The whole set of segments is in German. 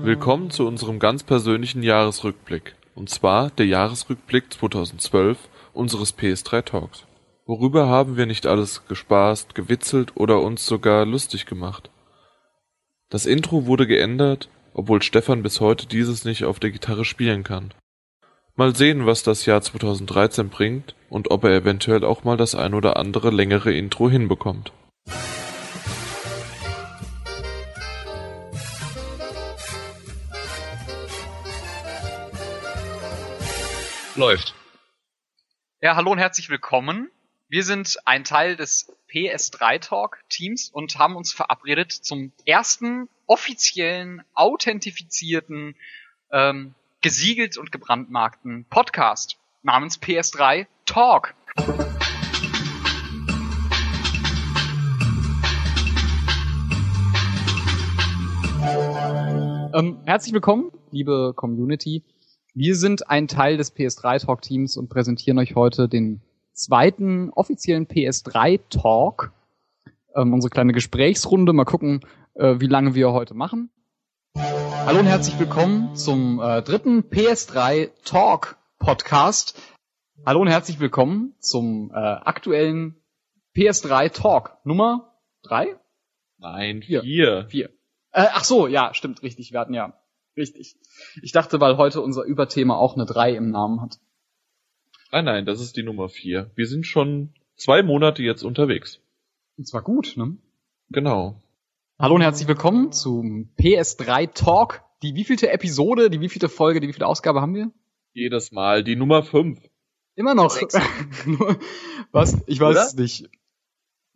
Willkommen zu unserem ganz persönlichen Jahresrückblick. Und zwar der Jahresrückblick 2012 unseres PS3 Talks. Worüber haben wir nicht alles gespaßt, gewitzelt oder uns sogar lustig gemacht? Das Intro wurde geändert, obwohl Stefan bis heute dieses nicht auf der Gitarre spielen kann. Mal sehen, was das Jahr 2013 bringt und ob er eventuell auch mal das ein oder andere längere Intro hinbekommt. Läuft. Ja, hallo und herzlich willkommen. Wir sind ein Teil des PS3 Talk Teams und haben uns verabredet zum ersten offiziellen, authentifizierten, ähm, gesiegelt und gebrandmarkten Podcast namens PS3 Talk. Ähm, herzlich willkommen, liebe Community. Wir sind ein Teil des PS3 Talk Teams und präsentieren euch heute den zweiten offiziellen PS3 Talk. Ähm, unsere kleine Gesprächsrunde. Mal gucken, äh, wie lange wir heute machen. Hallo und herzlich willkommen zum äh, dritten PS3 Talk Podcast. Hallo und herzlich willkommen zum äh, aktuellen PS3 Talk Nummer drei, Nein, Vier. vier. vier. Äh, ach so, ja, stimmt, richtig. Wir hatten ja richtig. Ich dachte, weil heute unser Überthema auch eine drei im Namen hat. Nein, Ah, nein, das ist die Nummer vier. Wir sind schon zwei Monate jetzt unterwegs. Und zwar gut, ne? Genau. Hallo und herzlich willkommen zum PS3 Talk. Die wievielte Episode, die wievielte Folge, die wievielte Ausgabe haben wir? Jedes Mal die Nummer fünf. Immer noch. Sechs. Nur- Was? Ich weiß Oder? es nicht.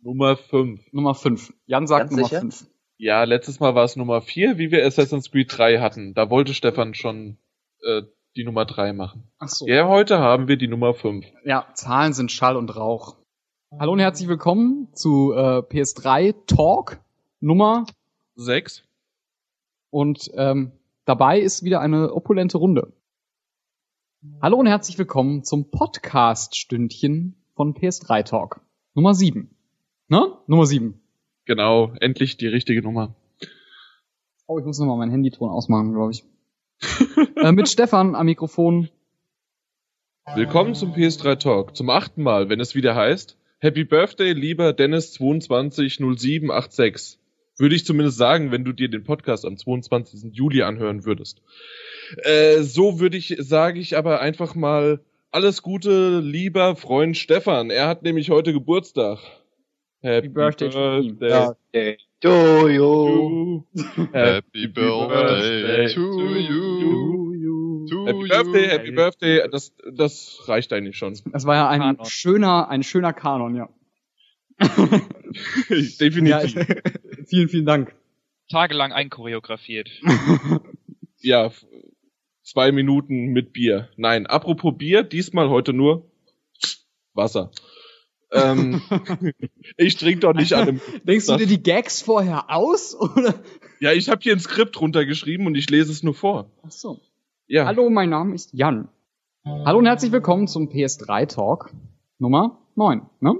Nummer fünf. Nummer 5. Jan sagt Ganz Nummer sicher? 5. Ja, letztes Mal war es Nummer vier, wie wir Assassin's Creed 3 hatten. Da wollte Stefan schon äh, die Nummer drei machen. Ach so. Ja, heute haben wir die Nummer fünf. Ja, Zahlen sind Schall und Rauch. Hallo und herzlich willkommen zu äh, PS3 Talk Nummer Sechs. und ähm, dabei ist wieder eine opulente Runde. Hallo und herzlich willkommen zum Podcast-Stündchen von PS3 Talk Nummer 7. Ne? Nummer 7. Genau, endlich die richtige Nummer. Oh, ich muss nochmal meinen Handyton ausmachen, glaube ich. äh, mit Stefan am Mikrofon. Willkommen zum PS3 Talk. Zum achten Mal, wenn es wieder heißt, Happy Birthday, lieber Dennis 220786. Würde ich zumindest sagen, wenn du dir den Podcast am 22. Juli anhören würdest. Äh, so würde ich, sage ich aber einfach mal, alles Gute, lieber Freund Stefan. Er hat nämlich heute Geburtstag. Happy, Birthday to him. Birthday Jojo. to birthday Happy birthday to you. to Happy you. Birthday, Happy Birthday. Das, das reicht eigentlich schon. Das war ja ein Kanon. schöner, ein schöner Kanon, ja. ja Definitiv. vielen, vielen Dank. Tagelang einchoreografiert. ja, f- zwei Minuten mit Bier. Nein, apropos Bier, diesmal heute nur Wasser. Ähm, ich trinke doch nicht an einem. Denkst du Das- dir die Gags vorher aus? Oder? Ja, ich habe hier ein Skript runtergeschrieben und ich lese es nur vor. Ach so. Ja, Hallo, mein Name ist Jan. Hallo und herzlich willkommen zum PS3 Talk Nummer 9. Ne?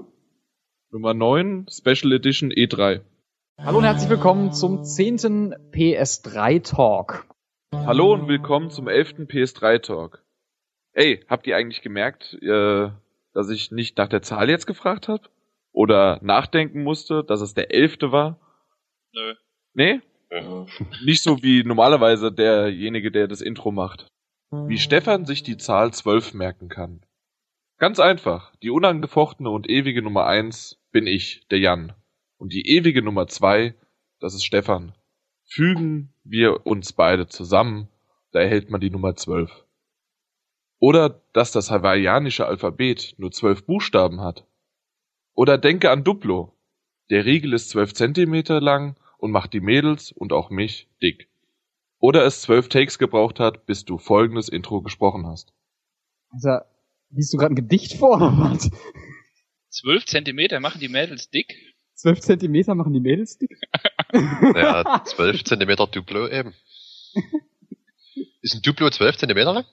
Nummer 9, Special Edition E E3. Hallo und herzlich willkommen zum 10. PS3 Talk. Hallo und willkommen zum 11. PS3 Talk. Ey, habt ihr eigentlich gemerkt, äh, dass ich nicht nach der Zahl jetzt gefragt habe? Oder nachdenken musste, dass es der 11. war? Nö. Nee? Äh, Nicht so wie normalerweise derjenige, der das Intro macht. Wie Stefan sich die Zahl 12 merken kann. Ganz einfach, die unangefochtene und ewige Nummer 1 bin ich, der Jan. Und die ewige Nummer 2, das ist Stefan. Fügen wir uns beide zusammen, da erhält man die Nummer 12. Oder dass das hawaiianische Alphabet nur 12 Buchstaben hat. Oder denke an Duplo, der Riegel ist 12 Zentimeter lang und macht die Mädels und auch mich dick. Oder es zwölf Takes gebraucht hat, bis du folgendes Intro gesprochen hast. Alter, liest du gerade ein Gedicht vor oder was? Zwölf Zentimeter machen die Mädels dick. 12 Zentimeter machen die Mädels dick? ja, 12 cm Duplo eben. Ist ein Duplo 12 cm lang?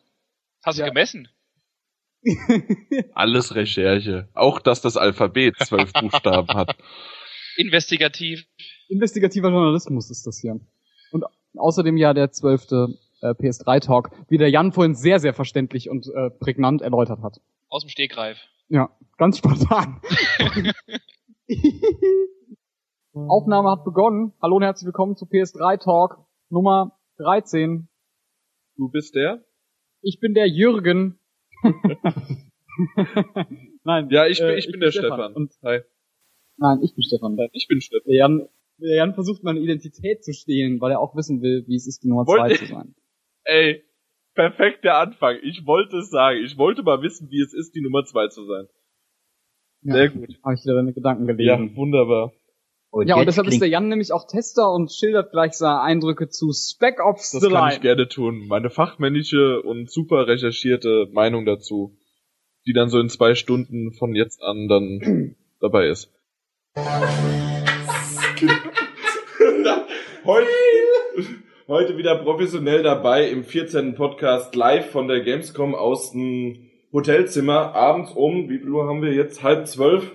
Hast du Ja. gemessen? Alles Recherche. Auch, dass das Alphabet zwölf Buchstaben hat. Investigativ. Investigativer Journalismus ist das hier. Und Außerdem ja der zwölfte äh, PS3-Talk, wie der Jan vorhin sehr, sehr verständlich und äh, prägnant erläutert hat. Aus dem Stegreif. Ja, ganz spontan. Aufnahme hat begonnen. Hallo und herzlich willkommen zu PS3-Talk Nummer 13. Du bist der? Ich bin der Jürgen. nein, Ja, ich bin- äh, ich bin der Stefan. Und, Hi. nein, ich bin Stefan. Ich bin Stefan. Der Jan, der Jan versucht meine Identität zu stehlen, weil er auch wissen will, wie es ist, die Nummer Wollt 2 ihr- zu sein. Ey, perfekter Anfang. Ich wollte es sagen. Ich wollte mal wissen, wie es ist, die Nummer zwei zu sein. Ja. Sehr gut. Mhm. Habe ich dir deine Gedanken Ja, gelesen. wunderbar. Ja, und deshalb ist der Jan nämlich auch Tester und schildert gleich seine Eindrücke zu Spec Ops Das The kann ich Line. gerne tun. Meine fachmännische und super recherchierte Meinung dazu, die dann so in zwei Stunden von jetzt an dann dabei ist. heute, heute wieder professionell dabei im 14. Podcast live von der Gamescom aus dem Hotelzimmer. Abends um, wie viel Uhr haben wir jetzt? Halb zwölf.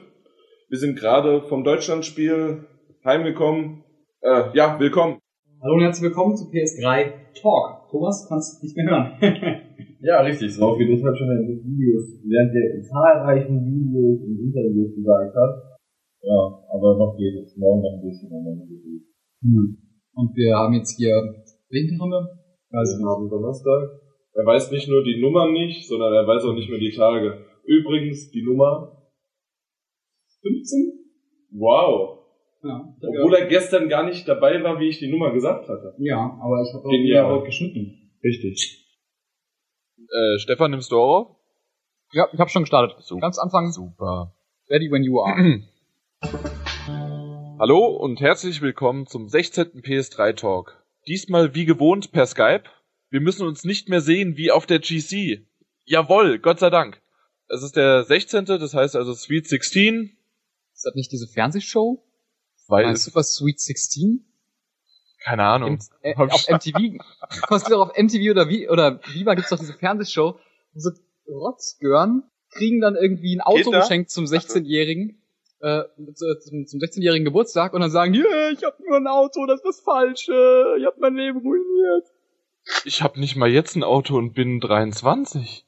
Wir sind gerade vom Deutschlandspiel heimgekommen. Äh, ja, willkommen. Hallo und herzlich willkommen zu PS3 Talk. Thomas, kannst nicht mehr hören. Ja, richtig. So wie du es halt schon in den Videos, während der in zahlreichen Videos und Interviews gesagt hast. Ja, aber noch geht es morgen noch ein bisschen an meine Idee. und wir haben jetzt hier welche Runde? Also, am Donnerstag? Er weiß nicht nur die Nummer nicht, sondern er weiß auch nicht mehr die Tage. Übrigens, die Nummer 15? wow. Ja. Obwohl er gestern gar nicht dabei war, wie ich die Nummer gesagt hatte. Ja, aber ich habe Den auch Jan. heute geschnitten. Richtig. Äh, Stefan, nimmst du auch auf? Ja, ich habe schon gestartet. So. Ganz Anfang. Super. Ready when you are. Hallo und herzlich willkommen zum 16. PS3 Talk. Diesmal wie gewohnt per Skype. Wir müssen uns nicht mehr sehen wie auf der GC. Jawohl, Gott sei Dank. Es ist der 16., das heißt also Sweet 16. Ist das nicht diese Fernsehshow? Weil, Nein, Super Sweet 16? keine Ahnung. Im, äh, Hab auf ich- MTV. Kommst du doch auf MTV oder wie oder Viva gibt's doch diese Fernsehshow, wo so Rotzgören kriegen dann irgendwie ein Auto Geht da? geschenkt zum 16-jährigen äh, zu- zum, zum 16-jährigen Geburtstag und dann sagen, yeah, ich habe nur ein Auto, das ist das falsche. Ich habe mein Leben ruiniert. Ich habe nicht mal jetzt ein Auto und bin 23.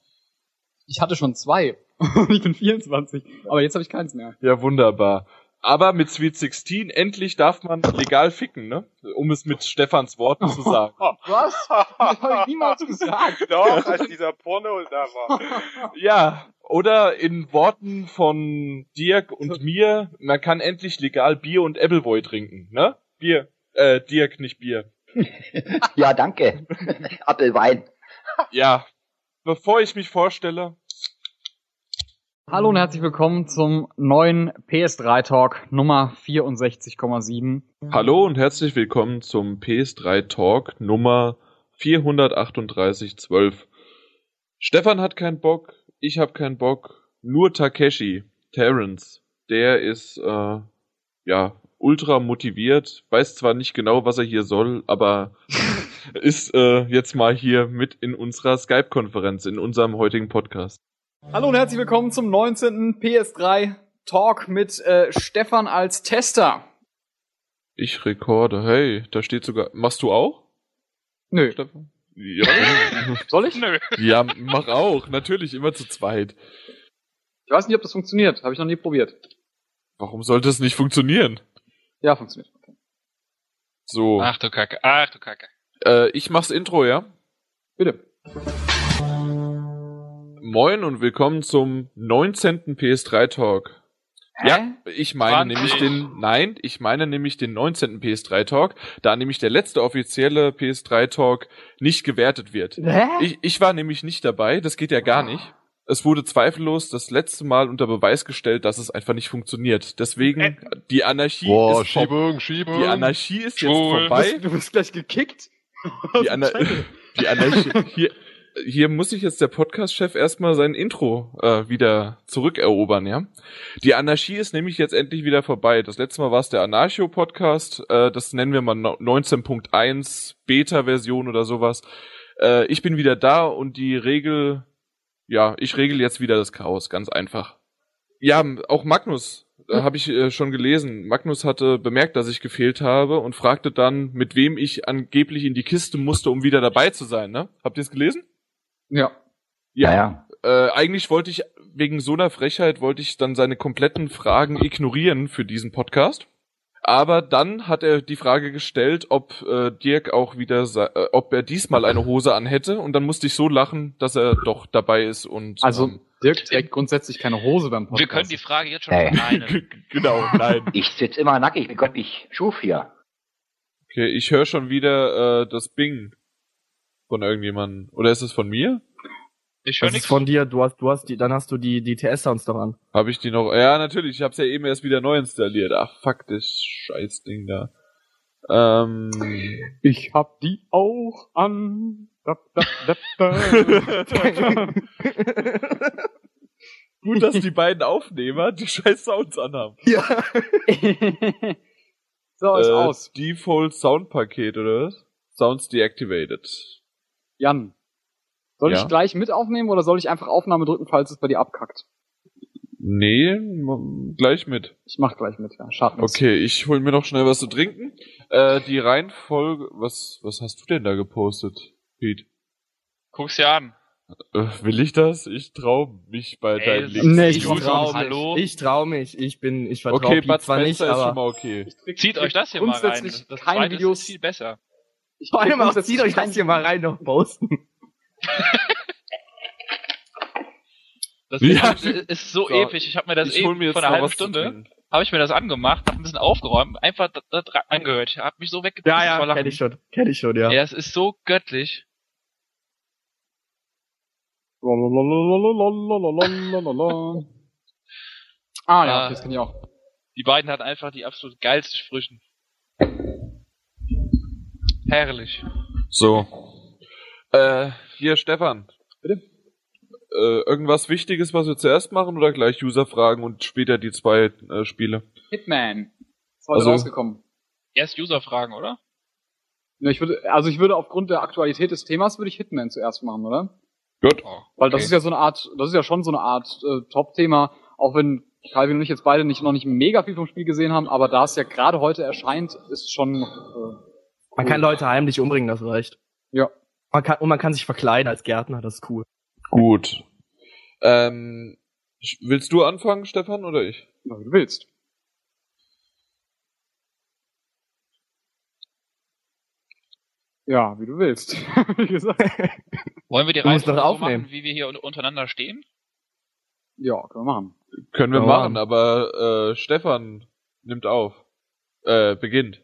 Ich hatte schon zwei. Und ich bin 24, aber jetzt habe ich keins mehr. Ja, wunderbar. Aber mit Sweet 16 endlich darf man legal ficken, ne? Um es mit Stefans Worten zu sagen. Was? Das habe ich niemals gesagt. Doch, als dieser Porno da war. Ja, oder in Worten von Dirk und mir, man kann endlich legal Bier und Appleboy trinken, ne? Bier, äh, Dirk, nicht Bier. Ja, danke. Appelwein. Ja, bevor ich mich vorstelle, Hallo und herzlich willkommen zum neuen PS3 Talk Nummer 64,7. hallo und herzlich willkommen zum PS3 Talk Nummer 43812. Stefan hat keinen Bock, ich habe keinen Bock, nur Takeshi, Terrence, der ist äh, ja ultra motiviert, weiß zwar nicht genau, was er hier soll, aber ist äh, jetzt mal hier mit in unserer Skype-Konferenz, in unserem heutigen Podcast. Hallo und herzlich willkommen zum 19. PS3 Talk mit äh, Stefan als Tester. Ich rekorde, hey, da steht sogar, machst du auch, Nö, Stefan? Ja, soll ich? Nö. ja, mach auch, natürlich immer zu zweit. Ich weiß nicht, ob das funktioniert. Habe ich noch nie probiert. Warum sollte es nicht funktionieren? Ja, funktioniert. So, Ach du Kacke, ach du Kacke. äh, ich mach's Intro, ja? Bitte. Moin und willkommen zum 19. PS3 Talk. Ja, ich meine 20. nämlich den, nein, ich meine nämlich den 19. PS3 Talk, da nämlich der letzte offizielle PS3 Talk nicht gewertet wird. Hä? Ich, ich war nämlich nicht dabei, das geht ja gar Ah. nicht. Es wurde zweifellos das letzte Mal unter Beweis gestellt, dass es einfach nicht funktioniert. Deswegen, die Anarchie Boah, ist vom, Schiebung, Schiebung. die Anarchie ist jetzt Schwul. vorbei. Du bist gleich gekickt. Die, Ana die Anarchie. Hier, hier muss sich jetzt der Podcast-Chef erstmal sein Intro äh, wieder zurückerobern, ja? Die Anarchie ist nämlich jetzt endlich wieder vorbei. Das letzte Mal war es der Anarcho-Podcast. Äh, das nennen wir mal no- 19.1 Beta-Version oder sowas. Äh, ich bin wieder da und die Regel, ja, ich regel jetzt wieder das Chaos, ganz einfach. Ja, m- auch Magnus äh, habe ich äh, schon gelesen. Magnus hatte bemerkt, dass ich gefehlt habe und fragte dann, mit wem ich angeblich in die Kiste musste, um wieder dabei zu sein. Ne? Habt ihr es gelesen? Ja. Ja, ja. Äh, eigentlich wollte ich wegen so einer Frechheit wollte ich dann seine kompletten Fragen ignorieren für diesen Podcast. Aber dann hat er die Frage gestellt, ob äh, Dirk auch wieder, sa- äh, ob er diesmal eine Hose anhätte. Und dann musste ich so lachen, dass er doch dabei ist und Also ähm, Dirk trägt grundsätzlich keine Hose beim Podcast. Wir können die Frage jetzt schon Nee. verneinen. genau, nein. Ich sitze immer nackig, wie Gott mich schuf hier. Okay, ich höre schon wieder äh, das Bing von irgendjemandem. Oder ist es von mir? Ich höre Das ist nichts. Also von dir, du hast, du hast die, dann hast du die, die TS-Sounds noch an. Habe ich die noch? Ja, natürlich. Ich habe es ja eben erst wieder neu installiert. Ach, fuck, das Scheißding da. Ähm, Ich hab die auch an. Da, da, da, da. gut, dass die beiden Aufnehmer die scheiß Sounds anhaben. Äh, Ja. so, ist aus. Default Sound Paket, oder was? Sounds deactivated. Jan. Soll Ja? ich gleich mit aufnehmen oder soll ich einfach Aufnahme drücken, falls es bei dir abkackt? Nee, m- gleich mit. Ich mach gleich mit, ja. Schaden. Okay, ich hol mir noch schnell was zu trinken. Äh, die Reihenfolge, was, was hast du denn da gepostet, Pete? Guck's dir an. Äh, will ich das? Ich trau mich bei Ey, deinen das Links. Nee, ist ich Julian, trau mich. Hallo. Ich trau mich, ich bin, ich vertraue Okay, Piet Bud zwar Spencer nicht, ist schon aber. mal okay. Zieht euch das hier mal rein. grundsätzlich Das das keine zweite Videos. ist viel besser. Ich Vor allem auch, zieht grundsätzlich euch das hier mal rein, noch posten. Das Ja. ist, ist so, So, episch. Ich habe mir das ich hol eben mir jetzt vor einer noch halben was zu Stunde trinken. habe ich mir das angemacht, hab ein bisschen aufgeräumt, einfach da, da dran angehört. Ich hab mich so weggepackt vor Lachen. kenn ich schon, kenn ich schon, ja. Ey, das ist so göttlich. Lalalalalalalalalala. Ah ja, Ah. das kann ich auch. Die beiden hatten einfach die absolut geilsten Sprüchen. Herrlich. So. Äh, hier, Stefan. Bitte? Äh, irgendwas Wichtiges, was wir zuerst machen oder gleich User-Fragen und später die zwei äh, Spiele? Hitman. Ist heute Also- rausgekommen. Erst User-Fragen, oder? Ja, ich würde, also ich würde aufgrund der Aktualität des Themas würde ich Hitman zuerst machen, oder? Gut. Weil das Okay. ist ja so eine Art, das ist ja schon so eine Art äh, Top-Thema, auch wenn Calvin und ich jetzt beide nicht, noch nicht mega viel vom Spiel gesehen haben, aber da es ja gerade heute erscheint, ist schon. Äh, Man kann Leute heimlich umbringen, das reicht. Ja. Man kann, und man kann sich verkleiden als Gärtner, das ist cool. Gut. Ähm, sch- willst du anfangen, Stefan, oder ich? wenn du willst. Ja, wie du willst. wie gesagt. Wollen wir die Du musst Reihenfolge noch so aufnehmen. machen, wie wir hier un- untereinander stehen? Ja, können wir machen. Können wir Ja, machen, Mann. aber äh, Stefan nimmt auf. Äh, beginnt.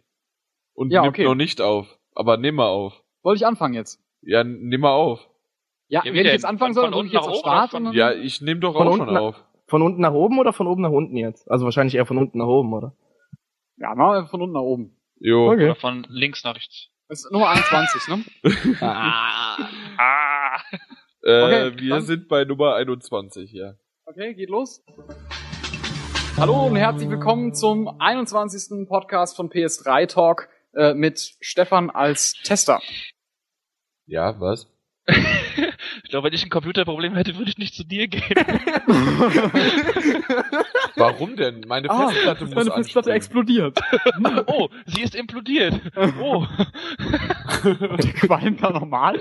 Und Ja, nimmt okay. noch nicht auf. Aber nimm mal auf. Wollte ich anfangen jetzt? Ja, n- nimm mal auf. Ja, Ja, wie wenn ich denn? jetzt anfangen Von- soll, von drücke ich jetzt unten nach auf oben oder Start von- und dann. Ja, ich nehm doch Von auch unten schon nach- auf. Von unten nach oben oder von oben nach unten jetzt? Also wahrscheinlich eher von unten nach oben, oder? ja, machen wir von unten nach oben. Jo. Oder von links nach rechts? Das ist Nummer 21, ne? Ah! Äh, Okay, wir dann- sind bei Nummer 21, ja. Okay, geht los. Hallo und herzlich willkommen zum 21. Podcast von PS3 Talk äh, mit Stefan als Tester. Ja, was? Ich glaube, wenn ich ein Computerproblem hätte, würde ich nicht zu dir gehen. Warum denn? Meine Festplatte muss Ah, meine Festplatte anspringen. explodiert. Oh, sie ist implodiert. Oh. Qualm da normal?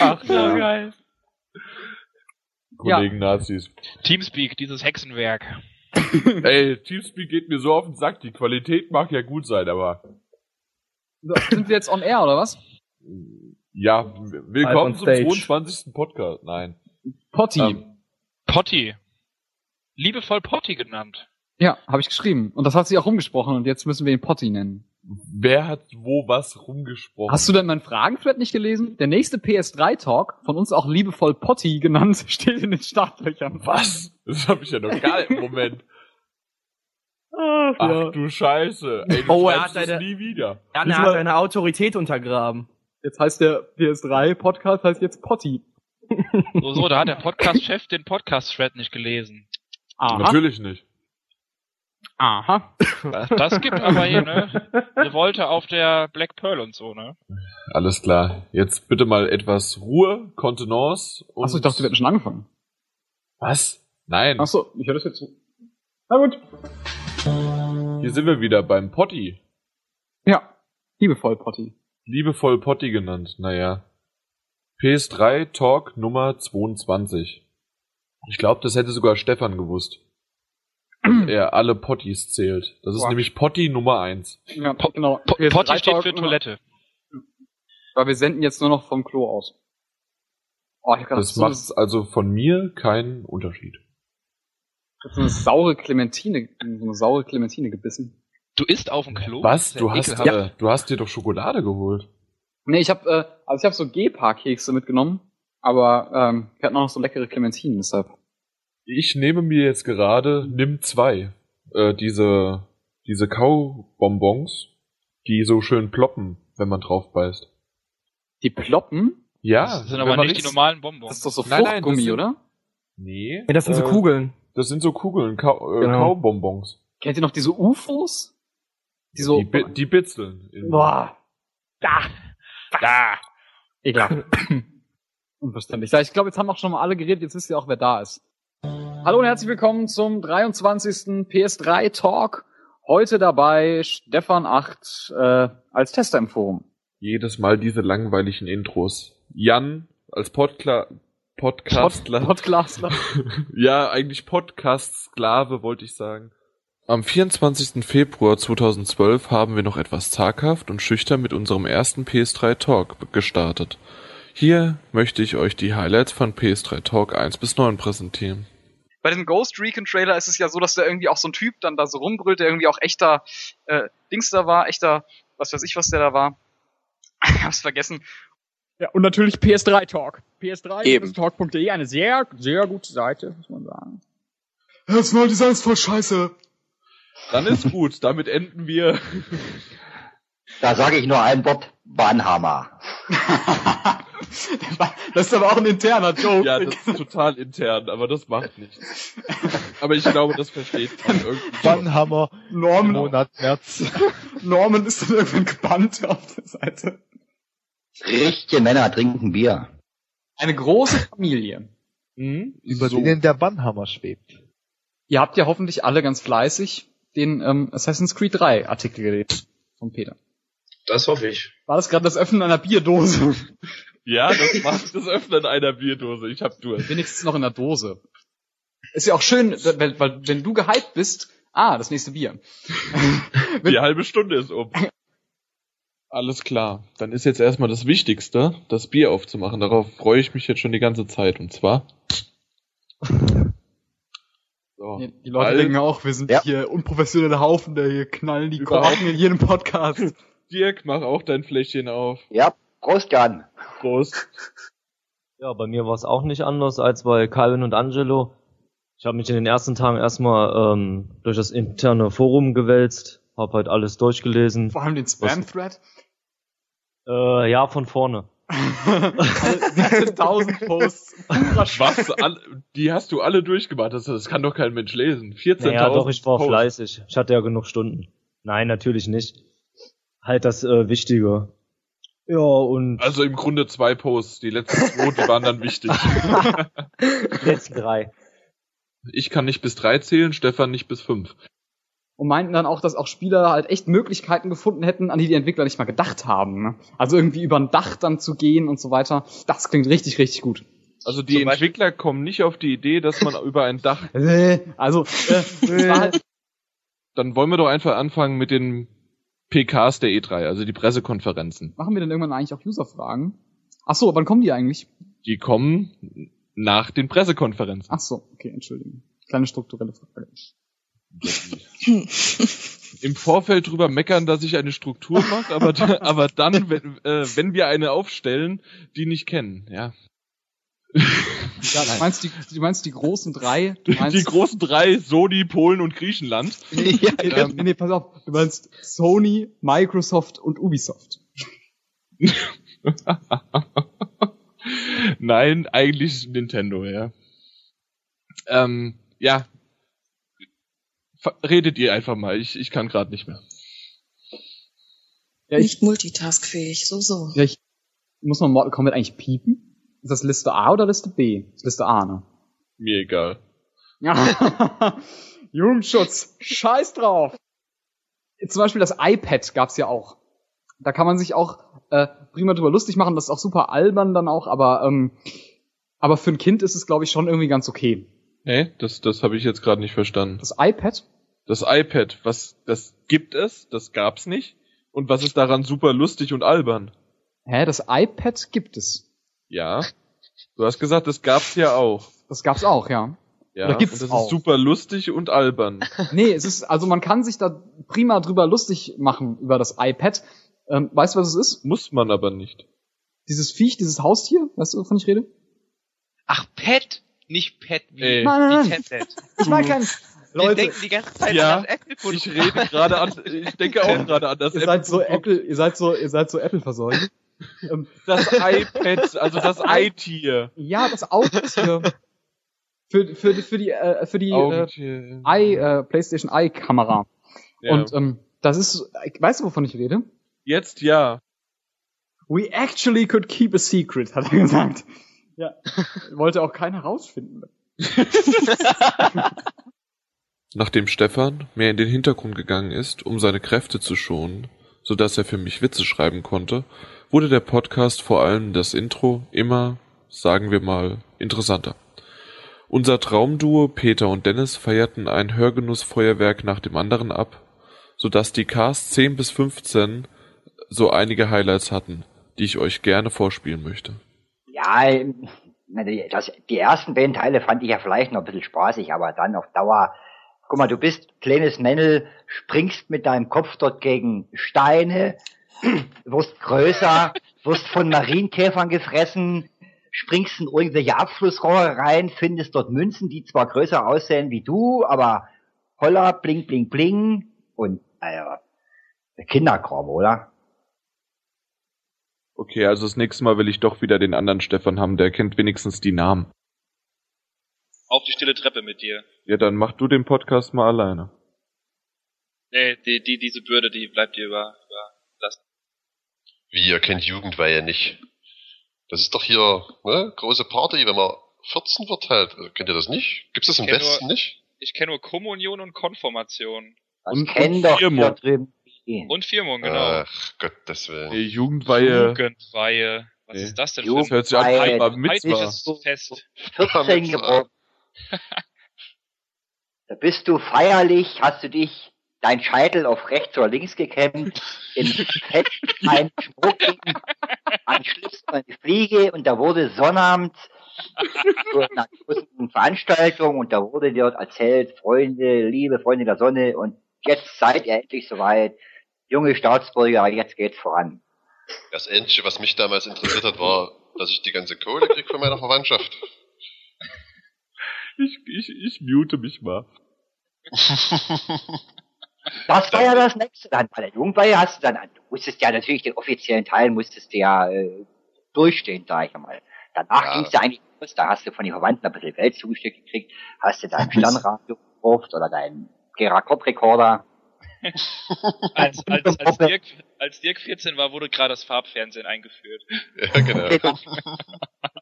Ach, so Ja. geil. Kollegen Nazis. Teamspeak, dieses Hexenwerk. Ey, Teamspeak geht mir so auf den Sack. Die Qualität mag ja gut sein, aber Sind wir jetzt on air oder was? ja, w- Live on willkommen zum stage. 22. Podcast. Nein. Potti. Ähm, Potti. Liebevoll Potti genannt. Ja, habe ich geschrieben. Und das hat sie auch rumgesprochen und jetzt müssen wir ihn Potti nennen. wer hat wo was rumgesprochen? Hast du denn meinen Fragenthread nicht gelesen? Der nächste PS3 Talk, von uns auch liebevoll Potti genannt, steht in den Startlöchern. was? Das habe ich ja noch gar nicht. Moment. Ach, Ach ja. du Scheiße. Ey, du Oh, oh, er schreibst hat es eine- nie wieder. Ja, er hat seine Autorität untergraben. Jetzt heißt der PS3 Podcast heißt jetzt Potti. So, so, da hat der Podcast-Chef den Podcast-Thread nicht gelesen. Aha. Natürlich nicht. Aha. Das gibt aber hier, ne? Revolte auf der Black Pearl und so, ne? Alles klar. Jetzt bitte mal etwas Ruhe, Kontenance und... Achso, ich dachte, wir hätten schon angefangen. Was? Nein, Achso, ich höre das jetzt. so. Na gut. hier sind wir wieder beim Potti. Ja. Liebevoll, Potti. Liebevoll Potti genannt, naja. PS3 Talk Nummer 22. Ich glaube, das hätte sogar Stefan gewusst. Dass er alle Potties zählt. Das ist Boah. nämlich Potti Nummer 1. Ja, genau. Po- Wir Potti steht Freitag- für Toilette. Weil wir senden jetzt nur noch vom Klo aus. Oh, ich hab grad Das so, macht also von mir keinen Unterschied. eine- so eine saure Clementine, so eine saure Clementine gebissen. Du isst auf dem Klo? Was? Oh, Das Du ist hast, ja ekelhaft. äh, du hast dir doch Schokolade geholt. Nee, ich habe äh, also ich habe so Gepa-Kekse mitgenommen, aber ähm, wir hatten auch noch so leckere Clementinen, deshalb. Ich nehme mir jetzt gerade Nimm 2. Äh, diese, diese Kaubonbons, die so schön ploppen, wenn man drauf beißt. Die ploppen? Ja, das sind wenn aber man nicht die richtig- normalen Das Bonbons. ist doch so Nein, nein, das Fruchtgummi, sind- oder? Nee. Ja, das sind so äh, Kugeln. Das sind so Kugeln, Ka äh, Genau. Kaubonbons. Kennt ihr noch diese UFOs? Die so Die, bi die bitzeln. In- boah, Da! egal. Unverständlich. Ja, Ich glaube, jetzt haben auch schon mal alle geredet, jetzt wisst ihr auch, wer da ist. Hallo und herzlich willkommen zum 23. PS3 Talk. Heute dabei Stefan 8 äh, als Tester im Forum. Jedes Mal diese langweiligen Intros. Jan als Podkla Podcastler. Podcastler. ja, eigentlich Podcast-Sklave, wollte ich sagen. Am 24. Februar 2012 haben wir noch etwas zaghaft und schüchtern mit unserem ersten PS3 Talk gestartet. Hier möchte ich euch die Highlights von PS3 Talk 1 bis 9 präsentieren. Bei diesem Ghost Recon Trailer ist es ja so, dass da irgendwie auch so ein Typ dann da so rumbrüllt, der irgendwie auch echter äh, Dings da war, echter, was weiß ich, was der da war. Ich hab's vergessen. Ja, und natürlich PS3 Talk. Eben. PS3-talk.de, eine sehr, sehr gute Seite, muss man sagen. Das neue Design ist voll scheiße. Dann ist gut, damit enden wir. Da sage ich nur ein Wort, Bannhammer. Das ist aber auch ein interner Joke. Ja, das ist total intern, aber das macht nichts. Aber ich glaube, das versteht man irgendwie. schon. Bannhammer Norman, März. Norman ist dann irgendwann gebannt auf der Seite. Richtige Männer trinken Bier. Eine große Familie. Mhm. über so. denen der Bannhammer schwebt. Ihr habt ja hoffentlich alle ganz fleißig den ähm, Assassin's Creed 3 Artikel gelesen von Peter. Das hoffe ich. War das gerade das Öffnen einer Bierdose? Ja, das macht das Öffnen einer Bierdose. Ich hab Durst. Wenigstens noch in der Dose. Ist ja auch schön, weil, weil wenn du gehypt bist, ah, das nächste Bier. Die halbe Stunde ist um. Alles klar. Dann ist jetzt erstmal das Wichtigste, das Bier aufzumachen. Darauf freue ich mich jetzt schon die ganze Zeit. Und zwar. So. Die, die Leute Weil- denken auch, wir sind Ja. hier unprofessionelle Haufen, der hier knallen die Überhaupt. Korken in jedem Podcast. Dirk, mach auch dein Fläschchen auf. Ja, Prost, Jan. Prost. Ja, bei mir war es auch nicht anders als bei Calvin und Angelo. Ich habe mich in den ersten Tagen erstmal ähm, durch das interne Forum gewälzt, habe halt alles durchgelesen. Vor allem den Spam-Thread. Äh, ja, von vorne. 17.000 Posts. Was? All, die hast du alle durchgemacht. Das, das kann doch kein Mensch lesen. 14.000. Naja, doch, ich war Posts. fleißig. Ich hatte ja genug Stunden. Nein, natürlich nicht. Halt das äh, Wichtige. Ja, und Also im Grunde zwei Posts. Die letzten zwei, die waren dann wichtig. die letzten drei. Ich kann nicht bis drei zählen, Stefan nicht bis fünf. Und meinten dann auch, dass auch Spieler halt echt Möglichkeiten gefunden hätten, an die die Entwickler nicht mal gedacht haben. Ne? Also irgendwie über ein Dach dann zu gehen und so weiter. Das klingt richtig, richtig gut. Also die Zum Beispiel- Entwickler kommen nicht auf die Idee, dass man über ein Dach. Äh, Also, äh, es war halt, Dann wollen wir doch einfach anfangen mit den PKs der E3, also die Pressekonferenzen. machen wir denn irgendwann eigentlich auch User-Fragen? Ach so, wann kommen die eigentlich? Die kommen nach den Pressekonferenzen. Ach so, okay, entschuldigen. Kleine strukturelle Frage. Im Vorfeld drüber meckern, dass ich eine Struktur mache, aber, da, aber dann, wenn, äh, wenn wir eine aufstellen, die nicht kennen, ja. Ja, du, meinst die, du meinst die großen drei? Du meinst, Die großen drei, Sony, Polen und Griechenland. ja, nee, nee, nee, pass auf. Du meinst Sony, Microsoft und Ubisoft. Nein, eigentlich Nintendo, ja. Ähm, ja. F- Redet ihr einfach mal, ich, ich kann gerade nicht mehr. Ja, ich, Nicht multitaskfähig, so, so. ja, ich muss man Mortal Kombat eigentlich piepen? Ist das Liste A oder Liste B? Ist Liste A, ne? Mir egal. Jugendschutz, scheiß drauf. Zum Beispiel das iPad gab's ja auch. Da kann man sich auch äh, prima drüber lustig machen, das ist auch super albern dann auch, aber, ähm, aber für ein Kind ist es, glaube ich, schon irgendwie ganz okay. Nee, das, das habe ich jetzt gerade nicht verstanden. Das iPad? Das iPad, was, das gibt es, das gab's nicht. Und was ist daran super lustig und albern? Hä, das iPad gibt es. Ja. Du hast gesagt, das gab's ja auch. Das gab's auch, ja. Ja, Oder gibt's und das auch? ist super lustig und albern. Nee, es ist, also man kann sich da prima drüber lustig machen über das iPad. Ähm, weißt du, was es ist? Muss man aber nicht. Dieses Viech, dieses Haustier, weißt du, wovon ich rede? Ach, Pet, nicht Pet wie, Ey. Nein, nein, wie nein. Tablet. Ich meine kein, Wir Leute, denken die ganze Zeit Ja, an das Apple Ich rede gerade an, ich denke auch gerade an das ihr seid so Apple, ihr seid so, ihr seid so Apple verseucht. ähm, Das iPad, also das Ei-Tier. ja, das Augentier. Für, für, für die, äh, für die äh, Augentier. Eye, äh, PlayStation Eye Kamera. Ja. Und ähm, das ist, weißt du, wovon ich rede? Jetzt ja. We actually could keep a secret, hat er gesagt. Ja. Wollte auch keiner rausfinden. Nachdem Stefan mehr in den Hintergrund gegangen ist, um seine Kräfte zu schonen, so dass er für mich Witze schreiben konnte, wurde der Podcast vor allem das Intro immer, sagen wir mal, interessanter. Unser Traumduo Peter und Dennis feierten ein Hörgenussfeuerwerk nach dem anderen ab, so dass die Cast 10 bis 15 so einige Highlights hatten, die ich euch gerne vorspielen möchte. Ja, ähm, na, die- das, die ersten beiden Teile fand ich ja vielleicht noch ein bisschen spaßig, aber dann auf Dauer. Guck mal, du bist kleines Männel, springst mit deinem Kopf dort gegen Steine, wirst größer, wirst von Marienkäfern gefressen, springst in irgendwelche Abflussrohre rein, findest dort Münzen, die zwar größer aussehen wie du, aber holla, bling, bling, bling und äh, Kinderkram, oder? Okay, also das nächste Mal will ich doch wieder den anderen Stefan haben, der kennt wenigstens die Namen. Auf die stille Treppe mit dir. Ja, dann mach du den Podcast mal alleine. Nee, die, die, diese Bürde, die bleibt dir über, überlassen. Wie, ihr kennt Jugendweihe nicht. Das ist doch hier, ne, große Party, wenn man 14 wird halt. Äh, Kennt ihr das nicht? Gibt's das im Ich kenn Westen nur- nicht? Ich kenne nur Kommunion und Konformation. Das kennen doch die da Firmung. drüben. Und Firmung, genau. Ach, Gottes Willen. Nee, Jugendweihe. Jugendweihe. Was Nee. ist das denn Das hört sich an, Jugendweihe. Bar Mitzvah. heidnisches Fest? 14 geworden. Da bist du feierlich, hast du dich dein Scheitel auf rechts oder links gekämmt, im Fett ein Schmucking, ein Schlips und eine Fliege und da wurde Sonnabend zu einer großen Veranstaltung und da wurde dir dort erzählt, Freunde, liebe Freunde der Sonne und jetzt seid ihr endlich soweit. Junge Staatsbürger, jetzt geht's voran. Das Einzige, was mich damals interessiert hat, war, dass ich die ganze Kohle krieg von meiner Verwandtschaft. Ich, ich, ich mute mich mal. Das war ja das nächste dann. Bei der Jugendweihe hast du dann, du musstest ja natürlich den offiziellen Teil musstest du ja äh, durchstehen, sag ich mal. Danach Ja. ging's ja eigentlich los, da hast du von den Verwandten ein bisschen Geld zugesteckt gekriegt, hast du dein Sternradio gekauft oder deinen Gerakop-Rekorder. Als, als, als, Dirk, als Dirk 14 war, wurde gerade das Farbfernsehen eingeführt. ja, genau.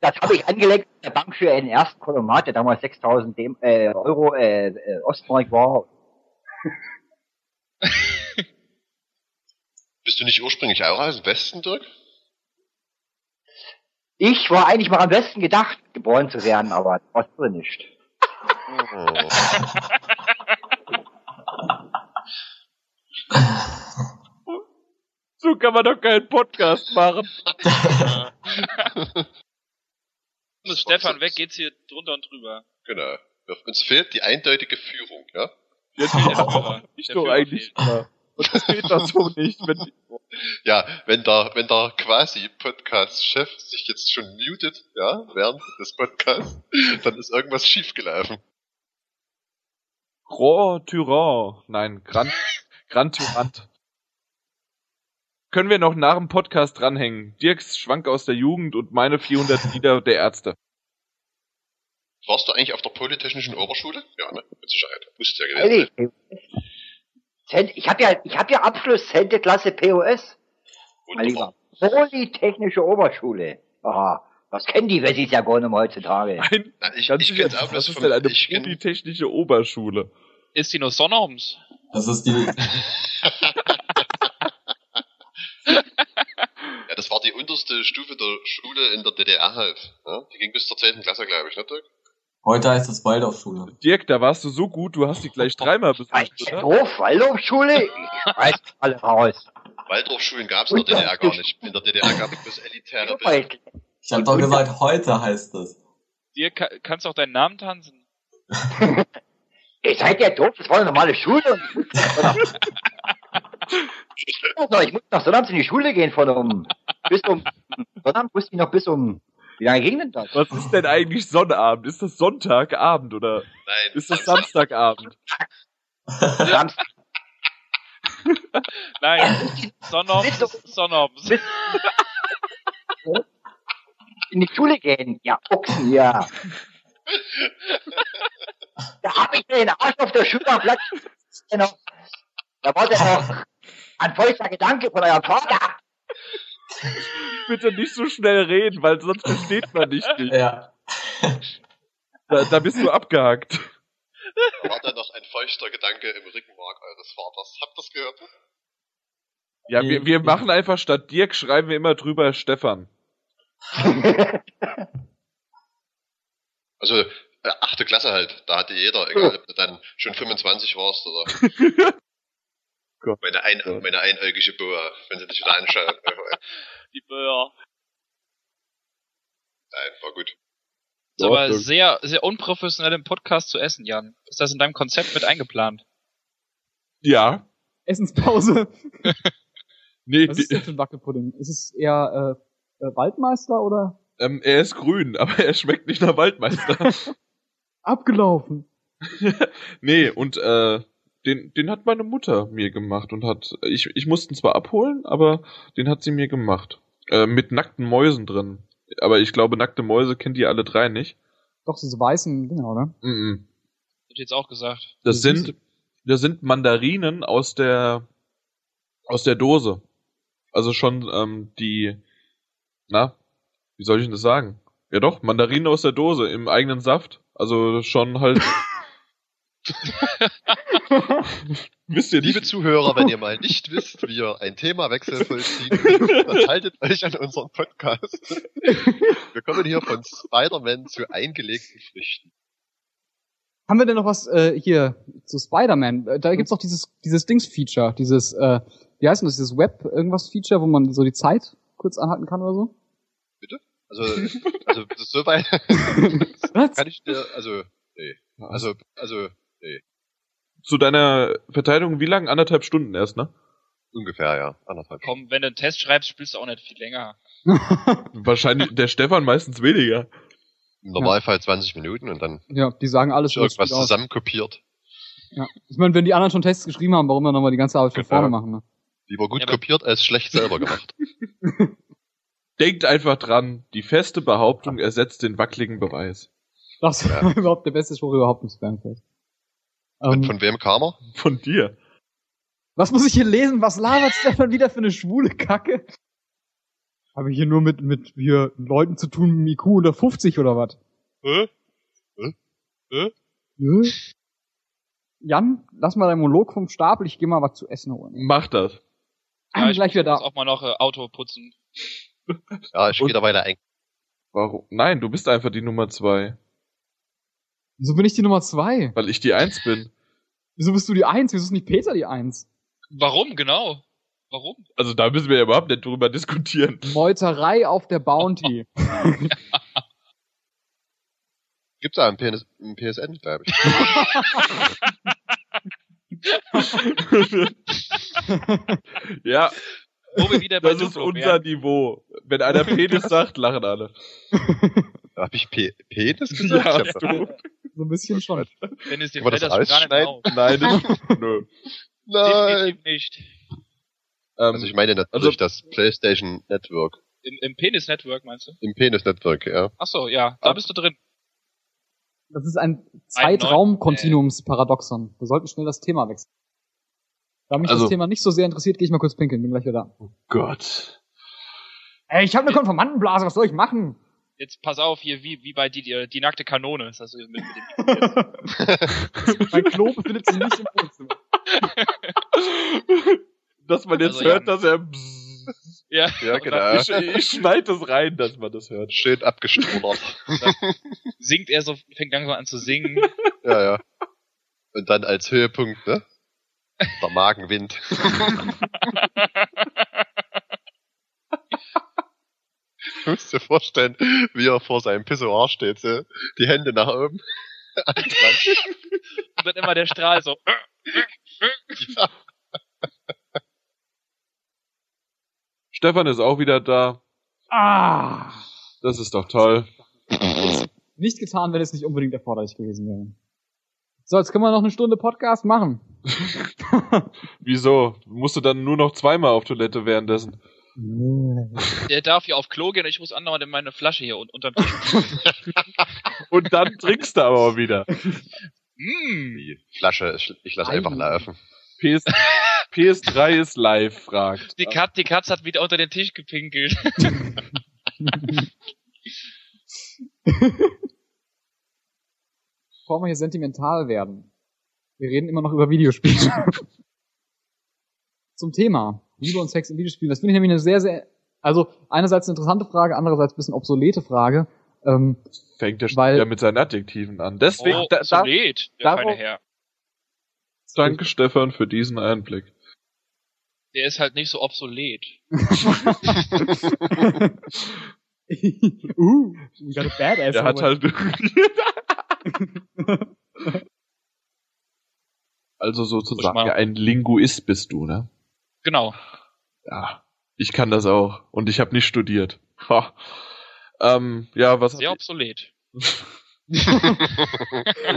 Das habe ich angelegt in der Bank für den ersten Kolomat, der damals 6000 Dem äh, Euro äh, äh, Ostmark war. Bist du nicht ursprünglich auch aus dem Westen, Dirk? Ich war eigentlich mal am besten gedacht, geboren zu werden, aber das war nicht. Oh. So kann man doch keinen Podcast machen. Ist Stefan weg, geht's hier drunter und drüber. Genau. Uns fehlt die eindeutige Führung, ja? Jetzt Der Führer. ich Der doch Führer eigentlich fehlt. mal. Und das geht doch so nicht. Wenn, Ja, wenn der, wenn der quasi Podcast-Chef sich jetzt schon mutet, ja, während des Podcasts, dann ist irgendwas schiefgelaufen. Grand Tyrann. Nein, Grand, Grand Tyrant. Können wir noch nach dem Podcast dranhängen? Dirks Schwank aus der Jugend und meine 400 Lieder der Ärzte. Warst du eigentlich auf der Polytechnischen Oberschule? Ja, ne? Mit Sicherheit. Musst ja gewesen sein. Ehrlich. Zent- Ich habe ja, ich habe ja Abschluss Zente Klasse POS. Mein Wunderbar. Lieber. Polytechnische Oberschule. Aha. Was kennen die Wessis ja gar nicht mehr heutzutage? Nein, ich, ganz ich sicher, glaub, was das ist vom- denn eine ich kenn- polytechnische Oberschule? Ist die nur Sonnorms? Das ist die. Ja, das war die unterste Stufe der Schule in der DDR halt. Ja? Die ging bis zur 10. Klasse, glaube ich, ne, Dirk? Heute heißt es Waldorfschule. Dirk, da warst du so gut, du hast die gleich dreimal besucht, oder? Doof, Waldorfschule? Ich weiß alle raus. Waldorfschulen gab es in der DDR gar nicht. In der DDR gab es bloß elitäre Bildung. Ich habe doch gesagt, heute heißt es. Dir ka kannst auch deinen Namen tanzen. Ihr seid ja doof, das war eine normale Schule. Und ich, muss noch, ich muss noch sonnabends in die Schule gehen von um. Bis um. Sonnabend musste ich noch bis um. Wie lange ging denn das? Was ist denn eigentlich Sonnabend? Ist das Sonntagabend oder Nein, also, ist das Samstagabend? Samstag. Nein, Sonnorms ist Sonnorms. In die Schule gehen? Ja, Ochsen, ja. Da hab ich mir den Arsch auf der Schule am Platz. Genau. Da war der noch ein feuchter Gedanke von eurem Vater. Bitte nicht so schnell reden, weil sonst versteht man dich nicht. Ja. Da, da bist du abgehackt. Da war dann noch ein feuchter Gedanke im Rückenmark eures Vaters. Habt ihr das gehört? Ja, wir, wir machen einfach statt Dirk schreiben wir immer drüber Stefan. Also, äh, achte Klasse halt. Da hatte jeder, egal ob du dann schon 25 warst oder. meine, ein, meine einäugige Boa, wenn sie dich wieder anschauen. Die Böhr. Nein, war gut. Ist aber sehr, sehr unprofessionell im Podcast zu essen, Jan. Ist das in deinem Konzept mit eingeplant? Ja. Essenspause. Nee, Was ist denn für ein Wackelpudding? Ist es eher äh, äh, Waldmeister oder ähm, er ist grün, aber er schmeckt nicht nach Waldmeister. abgelaufen? nee, und äh, den, den hat meine Mutter mir gemacht und hat. Ich, ich musste ihn zwar abholen, aber den hat sie mir gemacht. Äh, mit nackten Mäusen drin. Aber ich glaube, nackte Mäuse kennt ihr alle drei nicht. Doch, diese weißen Dinger, oder? Mm -mm. Hätte ich jetzt auch gesagt. Das sind, das sind Mandarinen aus der, aus der Dose. Also schon, ähm, die, na, wie soll ich denn das sagen? Ja doch, Mandarinen aus der Dose im eigenen Saft. Also schon halt. Wisst ihr Liebe nicht? Zuhörer, wenn ihr mal nicht wisst, wie ihr einen Themawechsel vollziehen könnt, dann haltet euch an unseren Podcast. Wir kommen hier von Spider-Man zu eingelegten Früchten. Haben wir denn noch was äh, hier zu Spider-Man? Äh, Da gibt's doch dieses, dieses Dings-Feature, dieses, äh, wie heißt denn das, dieses Web-Irgendwas-Feature, wo man so die Zeit kurz anhalten kann oder so? Also, also das ist so weit Was? kann ich dir, also, nee. Also, also, nee. Zu deiner Verteidigung, wie lang? Anderthalb Stunden erst, ne? Ungefähr, ja. Anderthalb. Komm, wenn du einen Test schreibst, spielst du auch nicht viel länger. Wahrscheinlich der Stefan meistens weniger. Im Normalfall 20 Minuten und dann Ja, die sagen alles ist über das irgendwas Spiel aus. zusammenkopiert. Ja. Ich meine, wenn die anderen schon Tests geschrieben haben, warum dann nochmal die ganze Arbeit von Genau. vorne machen? Ne? Lieber gut kopiert als schlecht selber gemacht. Denkt einfach dran, die feste Behauptung ersetzt den wackeligen Beweis. Das Ja. war überhaupt der beste Spruch überhaupt im Spamfest. Und Ähm, von wem kam er? Von dir. was muss ich hier lesen? Was labert Stefan wieder für eine schwule Kacke? Habe ich hier nur mit, mit hier Leuten zu tun mit IQ unter 50 oder was? Hä? Hä? Hä? Nö. Hm? Jan, lass mal deinen Monolog vom Stapel, ich geh mal was zu essen holen. Mach das. Ah, ich gleich wieder muss da. auch mal noch äh, Auto putzen. Ja, ich gehe da weiter ein. Warum? Nein, du bist einfach die Nummer zwei, Wieso bin ich die Nummer zwei? weil ich die eins bin. Wieso bist du die Eins? Wieso ist nicht Peter die Eins? Warum genau? Warum? Also da müssen wir ja überhaupt nicht drüber diskutieren. Meuterei auf der Bounty. Gibt's da einen, PNS, einen PSN, glaube ich. ja, Wo wir wieder bei das ist Duplo unser wären. Niveau. Wenn einer Penis sagt, lachen alle. Hab ich P Penis gesagt? Ja, ich hast hab, du. ähm, so ein bisschen schon. Wenn es dir Kann man fällt, das das gar nicht mehr rausschneiden? Nein, auf. das, nö. nein! Definitiv nicht. Ähm, Also ich meine natürlich Also- das PlayStation Network. Im, im Penis-Network meinst du? Im Penis Network, ja. Ach so, ja, Ah. da bist du drin. Das ist ein Zeitraum-Kontinuums-Paradoxon. Wir sollten schnell das Thema wechseln. Da mich Also- das Thema nicht so sehr interessiert, gehe ich mal kurz pinkeln, bin gleich wieder da. Gott. Ey, ich habe eine Konformantenblase, was soll ich machen? Jetzt pass auf hier, wie, wie bei die, die, die nackte Kanone ist also mit, mit dem mein Klo befindet sich nicht im Wohnzimmer. Dass man jetzt Also, hört, dass er. Ja, Ja, genau. Ich, ich schneide das rein, dass man das hört. Schön abgestrudert. singt er so, fängt langsam an zu singen. ja, ja. Und dann als Höhepunkt, ne? Der Magenwind. Du musst dir vorstellen, wie er vor seinem Pissoir steht, so. die Hände nach oben. Und dann immer der Strahl so. Stefan ist auch wieder da. Ah! Das ist doch toll. Nicht getan, wenn es nicht unbedingt erforderlich gewesen wäre. So, jetzt können wir noch eine Stunde Podcast machen. Wieso? Musst du dann nur noch zweimal auf Toilette währenddessen? "Äh, Der darf hier auf Klo gehen und ich muss andauernd in meine Flasche hier un- unterm Tisch. Und dann trinkst du aber auch wieder. Mm. Flasche, ich, ich lasse einfach laufen. PS, PS3 ist live, fragt. Die, Kat, die Katze hat wieder unter den Tisch gepinkelt. Bevor wir hier sentimental werden. Wir reden immer noch über Videospiele. Zum Thema Liebe und Sex in Videospielen. Das finde ich nämlich eine sehr, sehr, also einerseits eine interessante Frage, andererseits ein bisschen obsolete Frage. Ähm, Fängt der Weil- wieder mit seinen Adjektiven an. Deswegen, oh, da, so da, lädt der darum- feine Herr. danke Stefan für diesen Einblick. Der ist halt nicht so obsolet. uh, you got a badass. Der hat moment. halt. also sozusagen ein Linguist bist du, ne? Genau. Ja, ich kann das auch. Und ich habe nicht studiert. Ha. Ähm, ja, was. Sehr obsolet.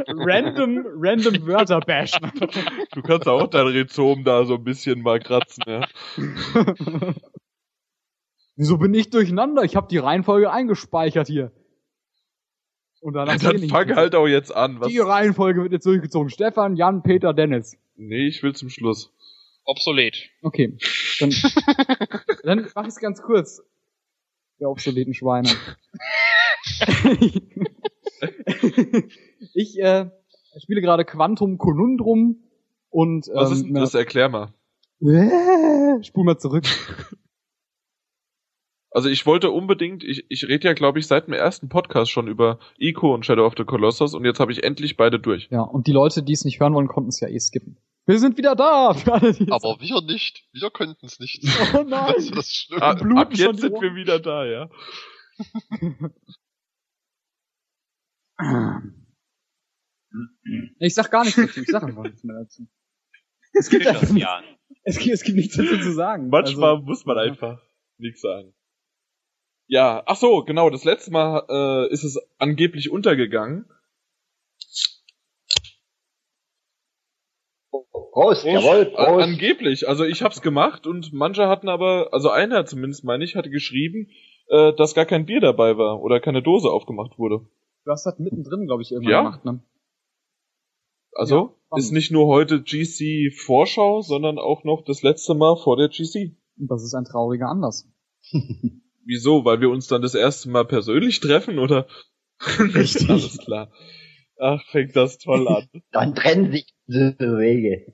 random, random Wörter bashen. Du kannst auch dein Rhizom da so ein bisschen mal kratzen, ja. Wieso bin ich durcheinander? Ich habe die Reihenfolge eingespeichert hier. Und Dann danach rede ich fang nicht. halt auch jetzt an. Was? Die Reihenfolge wird jetzt durchgezogen. Stefan, Jan, Peter, Dennis. Nee, ich will zum Schluss. Obsolet. Okay. Dann, dann mach ich's ganz kurz. Der obsoleten Schweine. ich äh, spiele gerade Quantum Conundrum und ähm, Was ist denn das? Erklär mal. Äh, spul mal zurück. Also ich wollte unbedingt, ich, ich rede ja, glaube ich, seit dem ersten Podcast schon über Ico und Shadow of the Colossus und jetzt habe ich endlich beide durch. Ja, und die Leute, die es nicht hören wollen, konnten es ja eh skippen. Wir sind wieder da! Für alle, die es- Aber wir nicht. Wir könnten es nicht. Oh nein. Das ist das Schlimme. Ah, Ab, bluten Ah, ab schon jetzt die sind Ohren. wir wieder da, ja. Ich sag gar nichts dazu, ich sag einfach nichts mehr dazu. Es gibt einfach nichts, es gibt, es gibt nichts dazu zu sagen. Manchmal Also, muss man einfach nichts sagen. Ja, ach so, genau, das letzte Mal äh, ist es angeblich untergegangen. Prost, Äh, ähm, jawohl, Prost. A- Äh, Angeblich, also ich hab's gemacht und manche hatten aber, also einer zumindest meine ich, hatte geschrieben, äh, dass gar kein Bier dabei war oder keine Dose aufgemacht wurde. du hast das mittendrin, glaube ich, irgendwann Ja. gemacht, ne? Also warum? ist nicht nur heute GC-Vorschau, sondern auch noch das letzte Mal vor der GC. Und das ist ein trauriger Anlass. Wieso? Weil wir uns dann das erste Mal persönlich treffen, oder? Richtig. Alles klar. Ach, fängt das toll an. Dann trennen sich diese Wege.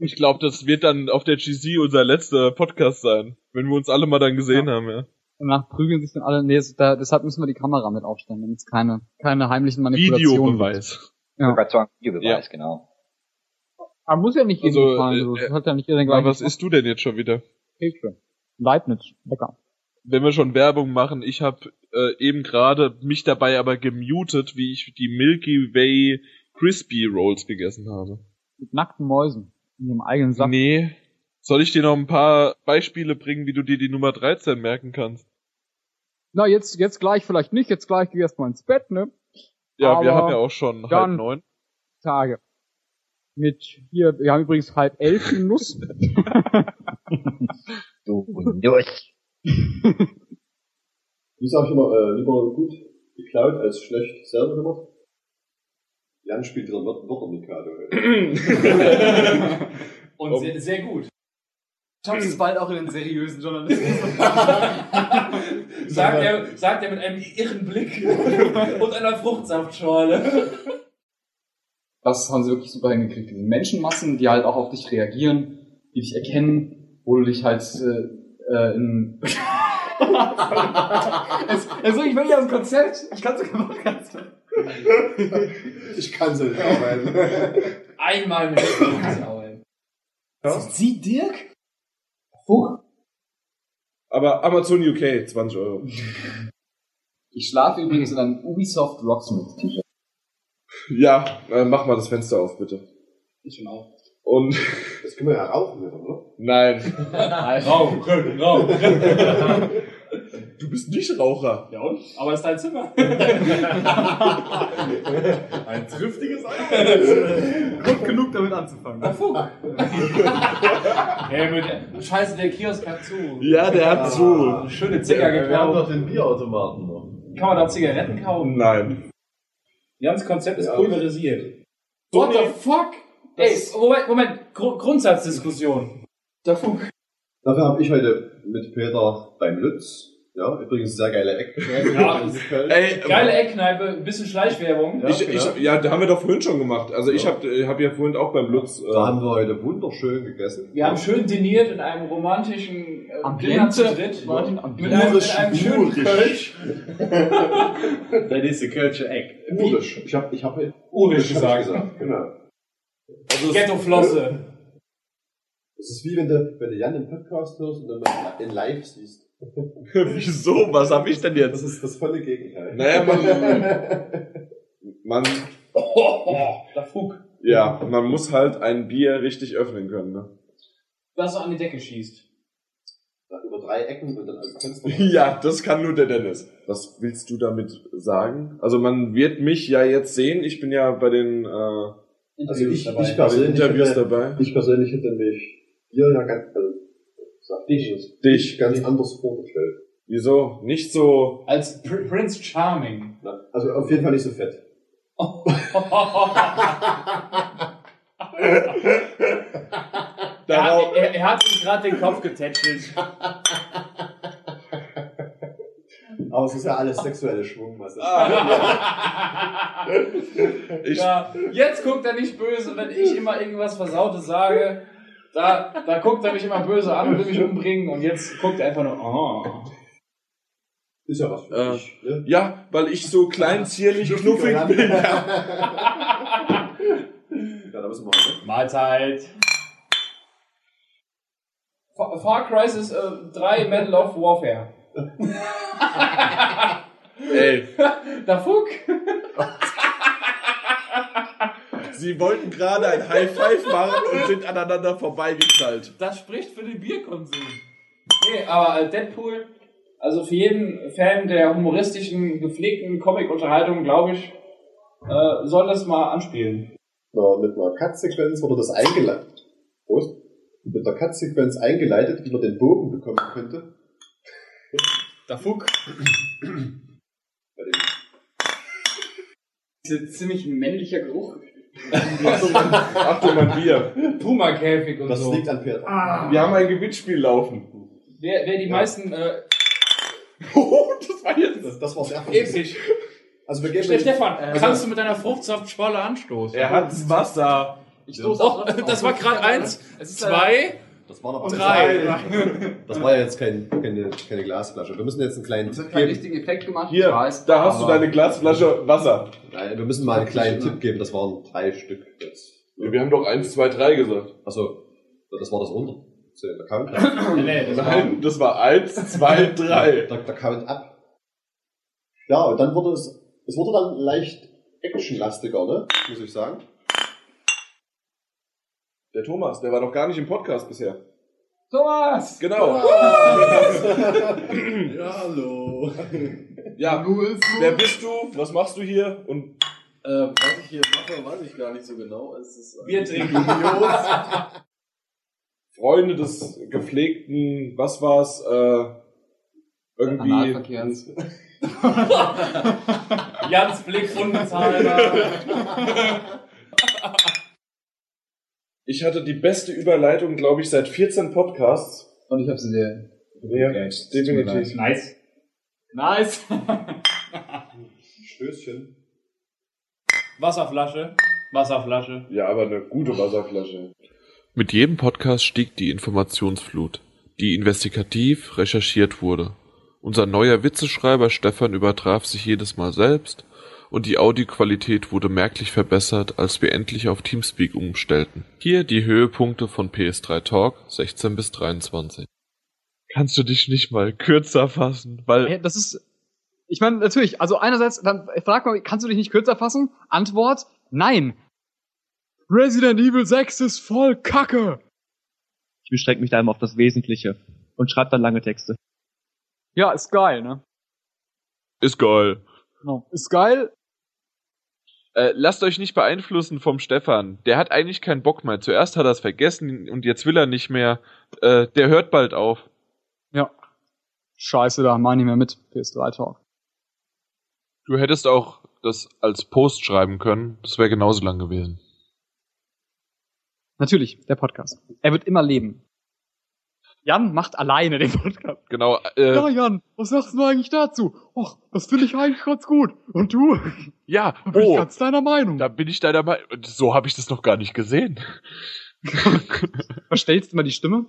Ich glaube, das wird dann auf der GC unser letzter Podcast sein, wenn wir uns alle mal dann gesehen haben, ja. Danach prügeln sich dann alle, nee, es- da, deshalb müssen wir die Kamera mit aufstellen, damit es keine, keine heimlichen Manipulationen gibt. Videobeweis. Ja. Ich wollte gerade sagen, Videobeweis, genau. Aber muss ja nicht jedem Also, gefallen, äh, so. das äh, hat ja nicht jeder den Na, gleichen was isst du denn jetzt schon wieder? Kekse. Leibniz, lecker. Wenn wir schon Werbung machen, ich habe äh, eben gerade mich dabei aber gemutet, wie ich die Milky Way Crispy Rolls gegessen habe. Mit nackten Mäusen. In ihrem eigenen Saft. Nee. Soll ich dir noch ein paar Beispiele bringen, wie du dir die Nummer 13 merken kannst? Na, jetzt, jetzt gleich vielleicht nicht, jetzt gleich geh erstmal ins Bett, ne? Ja, wir Aber haben ja auch schon halb dann- neun. Tage. Mit hier, wir haben übrigens halb elf die Nuss. Du Nuss. Wie sag ich immer, äh, lieber gut geklaut als schlecht selber gemacht? Jan spielt wieder Wörter Wörter Mikado. Und Um- sehr, sehr gut. Schaffst es bald auch in den seriösen Journalismus. sagt, er, sagt er mit einem irren Blick und einer Fruchtsaftschorle. Das haben sie wirklich super hingekriegt. Diese Menschenmassen, die halt auch auf dich reagieren, die dich erkennen, wo du dich halt äh, äh, in... es, also ich will ja das Konzept, ich kann sogar noch ganz... Ich kann so nicht arbeiten. Einmal mit Fruchtsaft. Sind Sie Dirk? Fuck. Aber Amazon UK, 20 Euro. Ich schlafe übrigens in einem Ubisoft Rocksmith T-Shirt. Ja, äh, mach mal das Fenster auf, bitte. Ich bin auch. Und. Das können wir ja rauchen, oder? Nein. Rauchen, rauchen. Du bist nicht Raucher. Ja und? Aber ist dein Zimmer. Ein triftiges Grund genug damit anzufangen. Na, Fuck. Hey, mit, scheiße, der Kiosk hat zu. Ja, der hat zu. Schöne Zicker Wir haben geklaut. doch den Bierautomaten noch. Kann man da Zigaretten kaufen? Nein. Jans Konzept ist Ja. pulverisiert. What the fuck? Ey, Moment, Moment. Gru- Grundsatzdiskussion. Der Funk. Dafür habe ich heute mit Peter beim Lütz, ja, übrigens sehr geile Eckkneipe. Ja. in Köln. genau. Ey, Geile Eckkneipe, ein bisschen Schleichwerbung. Ja, ich, genau. ich, ja, da haben wir doch vorhin schon gemacht. Also ich habe hab ja vorhin auch beim Lutz. Äh, Da haben wir heute wunderschön gegessen. Wir haben schön diniert in einem romantischen äh, Ambiente. Dinner zu dritt. Martin, mit einem, mit einem schönen Kölsch. Der nächste Kölsche Eck. Urisch. Ich habe ich hab Urisch gesagt. Genau. Ghettoflosse. Es ist wie wenn du, wenn du Jan im Podcast hörst und dann in live siehst. Wieso? Was habe ich denn Das jetzt? ist das volle Gegenteil. Naja, man, man, Oh, der Fug. ja, man muss halt ein Bier richtig öffnen können. Ne? Was so an die Decke schießt. Über drei Ecken und dann als Also Fenster. Ja, das kann nur der Dennis. Was willst du damit sagen? Also man wird mich ja jetzt sehen. Ich bin ja bei den, äh, Also ich, dabei. ich bei den persönlich Interviews hätte, dabei. ich persönlich hätte mich hier ja ganz, also, sag ich, Dich. ganz anders vorgestellt. Wieso? Nicht so. Als Pr Prince Charming. Also auf jeden Fall nicht so fett. Er Darauf, hat, er, er hat sich gerade den Kopf getätschelt. Aber es ist ja alles sexuelle Schwungmasse. Ah. ich, Ja, jetzt guckt er nicht böse, wenn ich immer irgendwas Versautes sage. Da, da guckt er mich immer böse an und will mich umbringen. Und jetzt guckt er einfach nur, oh. Ist ja was für Äh, dich. Ne? ja, weil ich so klein, zierlich, knuffig bin. Ja, da müssen wir mal. Mahlzeit. Far, Far Cry ist äh, 3 Medal of Warfare. Ey, Da fuck. sie wollten gerade ein High Five machen und sind aneinander vorbeigeknallt. Das spricht für den Bierkonsum. Nee, aber äh, Deadpool, also für jeden Fan der humoristischen, gepflegten Comic-Unterhaltung, glaube ich, äh, soll das mal anspielen. Na, mit einer Cut-Sequenz wurde das eingeleitet. Prost. Mit einer Cut-Sequenz eingeleitet, wie man den Bogen bekommen könnte. Da fuck. Bei dem Das ist ein ziemlich männlicher Geruch. Achtung, mein Bier. Puma-Käfig und das so. liegt an Peter. Wir haben ein Gewinnspiel laufen. Wer, wer die meisten äh, Oh, das war jetzt. Das, das war's erst. episch. Also wir geben Ste- jetzt Stefan, äh, kannst du mit deiner Fruchtsaftschorle anstoßen? Er hat's Wasser. Ich stoße Oh, auf- das war gerade eins, Es ist, äh, zwei, Das war noch drei. Das war ja jetzt kein, keine, keine Glasflasche. Wir müssen jetzt einen kleinen Es Tipp hat keinen geben. richtigen Effekt gemacht. Hier, ich weiß, da hast du aber- deine Glasflasche Wasser. Nein, wir müssen mal einen kleinen Tipp geben. Das waren drei Stück jetzt. Ja, wir haben doch 1, 2, 3 gesagt. Achso, das war das unter. So, Der Count-Up. Nee, das war, Nein, das war 1, 2, 3. Der, der Count-Up. Ja, und dann wurde es, es wurde dann leicht actionlastiger, ne? Muss ich sagen. Der Thomas, der war noch gar nicht im Podcast bisher. Thomas! Genau. Ja, hallo. Ja, wer bist du? Was machst du hier? Und äh, was ich hier mache, weiß ich gar nicht so genau. Es ist Bier trinken. Freunde des gepflegten, was war's? Äh, irgendwie. Analverkehrs. Jans Blick unbezahlbar. Ich hatte die beste Überleitung, glaube ich, seit 14 Podcasts. Und ich hab sie dir. Ja, Okay, tut mir leid. definitiv. Nice. Nice. Stößchen. Wasserflasche. Wasserflasche. Ja, aber eine gute Wasserflasche. Mit jedem Podcast stieg die Informationsflut, die investigativ recherchiert wurde. Unser neuer Witzeschreiber Stefan übertraf sich jedes Mal selbst und die Audioqualität wurde merklich verbessert, als wir endlich auf Teamspeak umstellten. Hier die Höhepunkte von PS3 Talk 16 bis 23. Kannst du dich nicht mal kürzer fassen, weil Hey, das ist, ich meine, natürlich, also einerseits, dann frag mal, kannst du dich nicht kürzer fassen? Antwort, nein. Resident Evil 6 ist voll Kacke. Ich beschränke mich da immer auf das Wesentliche und schreibe dann lange Texte. Ja, ist geil, ne? ist geil. No. Ist geil. Äh, lasst euch nicht beeinflussen vom Stefan. Der hat eigentlich keinen Bock mehr. Zuerst hat er es vergessen und jetzt will er nicht mehr. Äh, der hört bald auf. Ja. Scheiße, da mach ich nicht mehr mit. PS3 Talk. Du hättest auch das als Post schreiben können. Das wäre genauso lang gewesen. Natürlich, der Podcast. Er wird immer leben. Jan macht alleine den Podcast. Genau. Äh, Ja, Jan, was sagst du eigentlich dazu? Och, das finde ich eigentlich ganz gut. Und du? Ja, bin ich oh. ganz deiner Meinung. Da bin ich deiner Meinung. So habe ich das noch gar nicht gesehen. Verstellst immer die Stimme?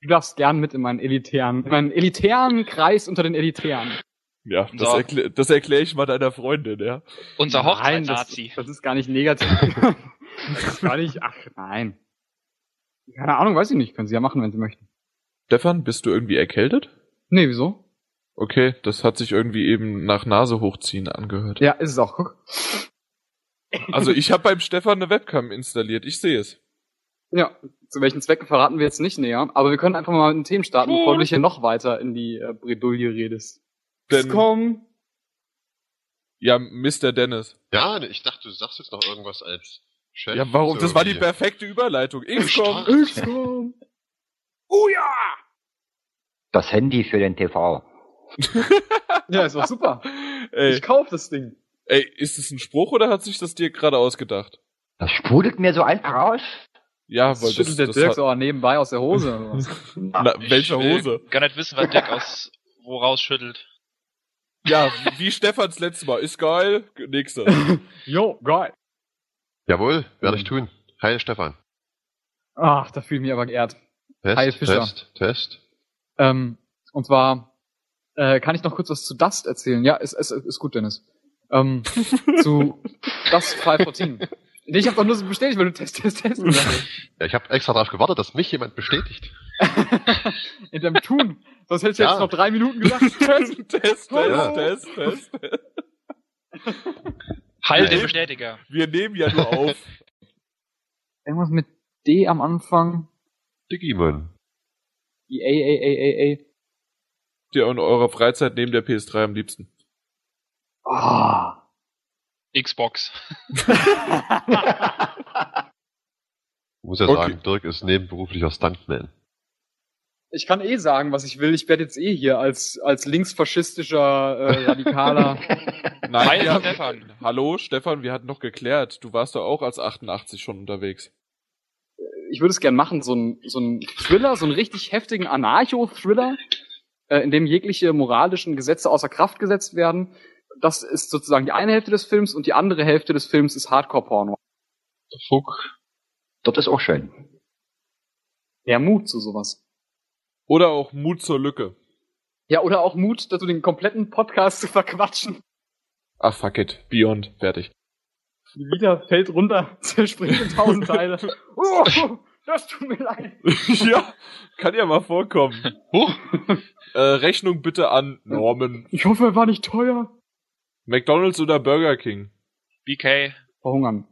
Du darfst gern mit in meinen elitären, in meinen elitären Kreis unter den Elitären. Ja, das, So. erklä das erkläre ich mal deiner Freundin, ja. Unser Hochzeit-Nazi. Das, das ist gar nicht negativ. das ist gar nicht, ach nein. Keine Ahnung, weiß ich nicht. Können sie ja machen, wenn sie möchten. Stefan, bist du irgendwie erkältet? Nee, wieso? Okay, das hat sich irgendwie eben nach Nase hochziehen angehört. Ja, ist es auch, guck. Also ich habe beim Stefan eine Webcam installiert, ich sehe es. Ja, zu welchen Zwecken verraten wir jetzt nicht näher, aber wir können einfach mal mit den Themen starten, bevor du dich hier noch weiter in die äh, Bredouille redest. Denn- komm. Ja, Mr. Dennis. Ja, ne, ich dachte, du sagst jetzt noch irgendwas als Chef. Ja, warum? Das war die Irgendwie. perfekte Überleitung. XCOM. XCOM. Oh ja! Das Handy für den TV. Ja, ist doch super. Ey. Ich kauf das Ding. Ey, ist es ein Spruch oder hat sich das dir gerade ausgedacht? Das sprudelt mir so einfach aus. Ja, Das weil das, schüttelt der das Dirk hat- so ah, nebenbei aus der Hose. oder was? Na, welcher Hose? Gar nicht wissen, was Dirk aus woraus schüttelt. Ja, wie Stefans letztes Mal. Ist geil. Nächster. Jo, geil. Jawohl, werde ich Mhm. tun. Hi, Stefan. Ach, da fühle ich mich aber geehrt. Test, Hi, Fischer. Test, Test. Ähm, und zwar äh, kann ich noch kurz was zu Dust erzählen. Ja, ist, ist, ist gut, Dennis. Ähm, zu Dust 514. Nee, ich habe doch nur so bestätigt, weil du Test, Test, Test gesagt hast. Ja, ich habe extra darauf gewartet, dass mich jemand bestätigt. In deinem Tun. Sonst hättest du Ja. jetzt noch drei Minuten gesagt. Test, Test, Hallo. Test, Test, Test. Halt Wir den nehmen- Bestätiger. Wir nehmen ja nur auf. Irgendwas mit D am Anfang. Digimon. Die A, A, A, A, A. Ihr in eurer Freizeit neben der PS3 am liebsten. Ah. Xbox. Muss ja Okay. sagen, Dirk ist nebenberuflicher Stuntman. Ich kann eh sagen, was ich will. Ich werde jetzt eh hier als, als linksfaschistischer, äh, radikaler. Nein, Halt Hi, wir haben- Stefan. Hallo, Stefan, wir hatten noch geklärt. Du warst doch auch als 88 schon unterwegs. ich würde es gern machen, so ein, so ein Thriller, so einen richtig heftigen Anarcho-Thriller, äh, in dem jegliche moralischen Gesetze außer Kraft gesetzt werden. Das ist sozusagen die eine Hälfte des Films und die andere Hälfte des Films ist Hardcore-Porno. Fuck. Dort ist auch schön. Der Mut zu sowas. Oder auch Mut zur Lücke. Ja, oder auch Mut, dazu den kompletten Podcast zu verquatschen. Ach, Ah, fuck it. Beyond. Fertig. Wieder fällt runter, zerspringt in tausend Teile. Oh, das tut mir leid. ja, kann ja mal vorkommen. Huch. äh, Rechnung bitte an Norman. Ich hoffe, er war nicht teuer. McDonalds oder Burger King? BK. Verhungern.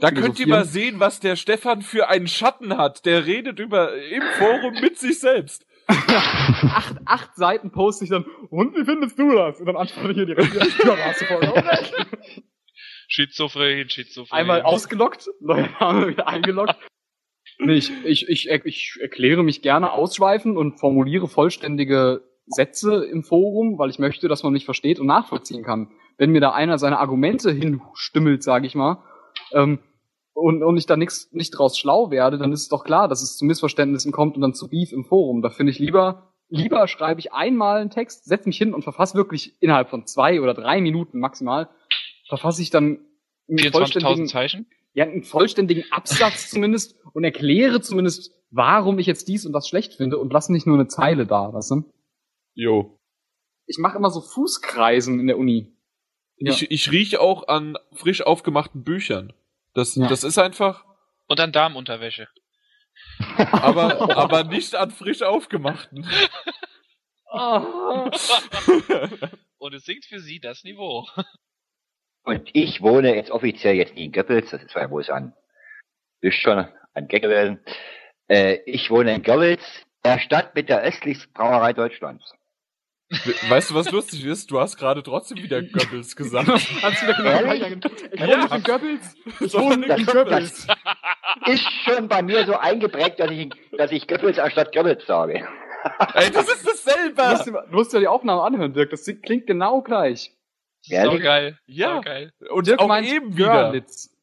Da könnt ihr Philosophieren. mal sehen, was der Stefan für einen Schatten hat. Der redet über im Forum mit sich selbst. acht, acht Seiten poste ich dann, und wie findest du das? Und dann antworte ich hier direkt, ja, warst du voll unrecht. Schizophren, Schizophren. Einmal ausgelockt, neuer Name wieder eingeloggt. Nee, ich, ich, ich, ich erkläre mich gerne ausschweifend und formuliere vollständige Sätze im Forum, weil ich möchte, dass man mich versteht und nachvollziehen kann. Wenn mir da einer seine Argumente hinstümmelt, sage ich mal, ähm, und, und ich da nix, nicht draus schlau werde, dann ist es doch klar, dass es zu Missverständnissen kommt und dann zu Beef im Forum. Da finde ich lieber Lieber schreibe ich einmal einen Text, setze mich hin und verfasse wirklich innerhalb von zwei oder drei Minuten maximal, verfasse ich dann einen 24.000 Zeichen? ja, einen vollständigen Absatz zumindest und erkläre zumindest, warum ich jetzt dies und das schlecht finde und lasse nicht nur eine Zeile da, weißt du? Jo. Ich mache immer so Fußkreisen in der Uni. Ja. Ich, ich rieche auch an frisch aufgemachten Büchern. Das, Ja. das ist einfach, Und dann Damenunterwäsche. aber, aber nicht an frisch aufgemachten. Und es singt für sie das Niveau. Und ich wohne jetzt offiziell jetzt nicht in Göppels, das ist bei wohl an, ist schon an Gag gewesen. Äh, ich wohne in Görlitz, der Stadt mit der östlichsten Brauerei Deutschlands. We- Weißt du, was lustig ist? Du hast gerade trotzdem wieder Goebbels gesagt. Hast du wieder genau Ich wohne nicht in Goebbels. Ich wohne in Goebbels. Ist schon bei mir so eingeprägt, dass ich, dass ich Göppels anstatt Görlitz sage. Ey, das ist dasselbe! Du musst, dir- du musst dir die Aufnahme anhören, Dirk. Das klingt genau gleich. Ja, So geil. Ja. So geil. Und Dirk auch meint eben wieder. Görlitz.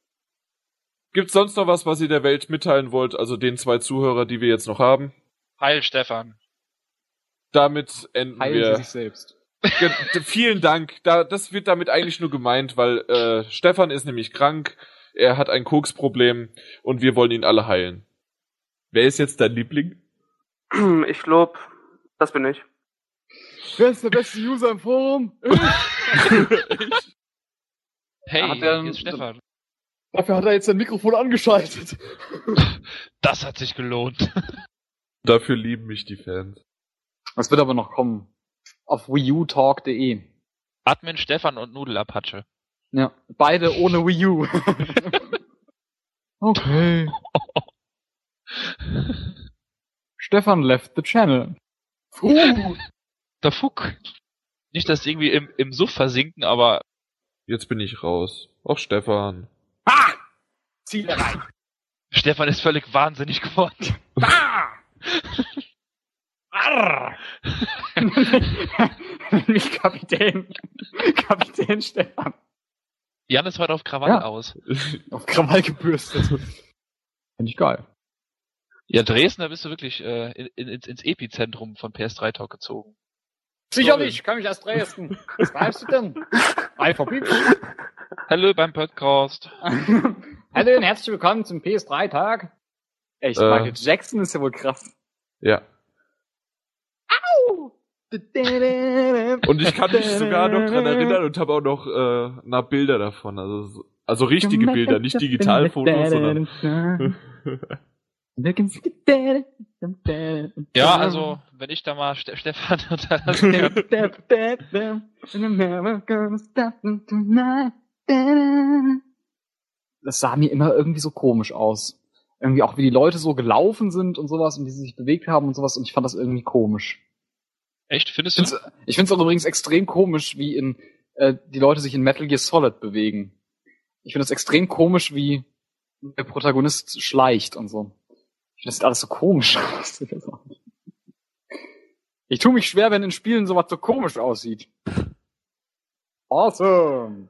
Gibt's sonst noch was, was ihr der Welt mitteilen wollt? Also den zwei Zuhörer, die wir jetzt noch haben. Heil Stefan. Damit enden Heilen wir. sie sich selbst. Ge- d- Vielen Dank. Da, das wird damit eigentlich nur gemeint, weil äh, Stefan ist nämlich krank, er hat ein Koksproblem und wir wollen ihn alle heilen. Wer ist jetzt dein Liebling? Ich glaub, das bin ich. Wer ist der beste User im Forum? Hey, Hat er- hier ist Stefan. Dafür hat er jetzt sein Mikrofon angeschaltet. Das hat sich gelohnt. Dafür lieben mich die Fans. Das wird aber noch kommen. Auf wiiutalk.de. Admin Stefan und Nudelapatsche. Ja, beide ohne Wii U. okay. Stefan left the channel. Uh, der Fuck. Nicht, dass die irgendwie im, im Suff versinken, aber Jetzt bin ich raus. Auch Stefan. Ziel erreicht. Stefan ist völlig wahnsinnig geworden. Arr. Mich Kapitän. Kapitän Stefan. Jan ist heute auf Krawatte Ja. aus. Auf Krawall gebürstet. Finde ich geil. Ja, Dresden, da bist du wirklich äh, in, in, ins- ins Epizentrum von PS3 Talk gezogen. Sicherlich, kann mich aus Dresden. Was bleibst du denn? IVP. Hallo beim Podcast. Hallo und herzlich willkommen zum PS3-Tag. Echt, Äh. Michael Jackson ist ja wohl krass. Ja. Und Und ich kann mich sogar noch dran erinnern und habe auch noch äh, na Bilder davon. Also, so- also richtige Bilder, nicht Digitalfotos, sondern. Ja, also, wenn ich da mal Ste Stefan unter Das sah mir immer irgendwie so komisch aus. Irgendwie auch wie die Leute so gelaufen sind und sowas und wie sie sich bewegt haben und sowas und ich fand das irgendwie komisch. Echt, findest find's- du? Ich finde es auch übrigens extrem komisch, wie in äh, die Leute sich in Metal Gear Solid bewegen. Ich finde es extrem komisch, wie der Protagonist schleicht und so. Ich finde das sieht alles so komisch aus. Ich tue mich schwer, wenn in Spielen sowas so komisch aussieht. Awesome!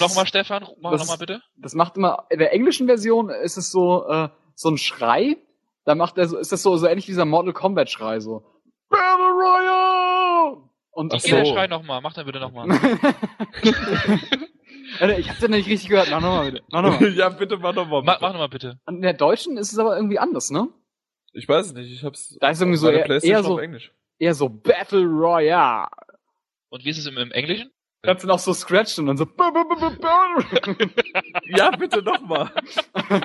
Nochmal Stefan, mach Das- nochmal bitte. Das macht immer, in der englischen Version ist es so, äh, so ein Schrei. Da macht er so, ist das so, so ähnlich wie dieser Mortal Kombat Schrei so. Battle Royale! Und Ich geh der Schrei nochmal, mach dann bitte nochmal. Alter, ich hab's ja nicht richtig gehört. Mach nochmal bitte. Mach nochmal. ja, bitte mach nochmal. mach mach nochmal bitte. Und In der deutschen ist es aber irgendwie anders, ne? Ich weiß es nicht, ich hab's. Da ist irgendwie auf so meiner eher- Playstation eher so- auf Englisch. Eher so Battle Royale. Und wie ist es im, im Englischen? Kannst du noch so scratchen und dann so. bu- bu- bu- bu- bu- Ja, bitte nochmal.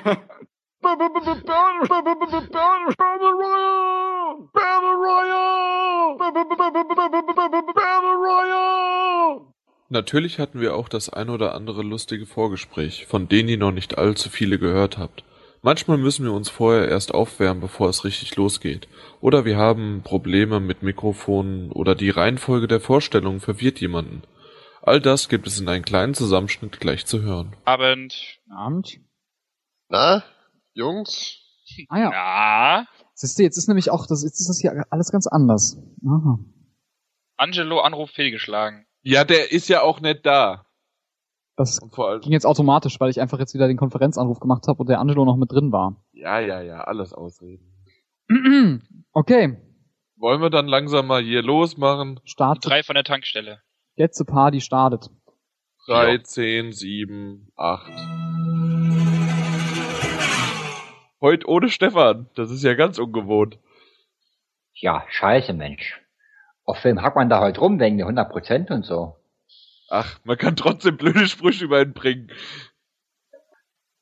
bu- bu- bu- bu- Battle- bu- bu- bu- bu- Battle- Battle Royale! Battle Royale! Bu- bu- bu- bu- bu- bu- bu- bu- bu- Battle Royale! Natürlich hatten wir auch das ein oder andere lustige Vorgespräch, von denen ihr noch nicht allzu viele gehört habt. Manchmal müssen wir uns vorher erst aufwärmen, bevor es richtig losgeht. Oder wir haben Probleme mit Mikrofonen oder die Reihenfolge der Vorstellungen verwirrt jemanden. All das gibt es in einem kleinen Zusammenschnitt gleich zu hören. Abend. Abend. Na, Jungs? Ah ja. Ja. Siehst du, jetzt ist nämlich auch, das, jetzt ist das hier alles ganz anders. Aha. Angelo Anruf fehlgeschlagen. Ja, der ist ja auch nicht da. Das Und vor allem. ging jetzt automatisch, weil ich einfach jetzt wieder den Konferenzanruf gemacht habe und der Angelo noch mit drin war. Ja, ja, ja, alles ausreden. Okay, Wollen wir dann langsam mal hier losmachen? Start. Drei von der Tankstelle. letzte Party startet. 3, 10, 7, 8. Heute ohne Stefan. Das ist ja ganz ungewohnt. Ja, scheiße, Mensch. Auf wem hackt man da heute rum wegen der 100% und so? Ach, man kann trotzdem blöde Sprüche über ihn bringen.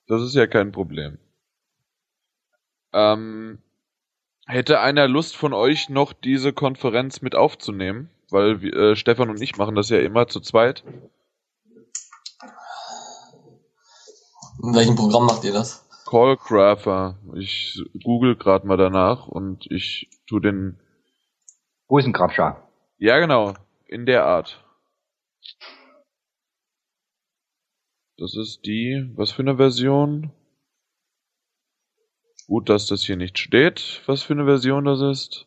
Das ist ja kein Problem. Ähm, hätte einer Lust von euch noch diese Konferenz mit aufzunehmen? Weil wir- äh, Stefan und ich machen das ja immer zu zweit. In welchem Programm macht ihr das? Callcrafter. Ich google gerade mal danach und ich tu den. Rosenkrabscher. Ja, genau. In der Art. Das ist die. Was für eine Version? Gut, dass das hier nicht steht, was für eine Version das ist.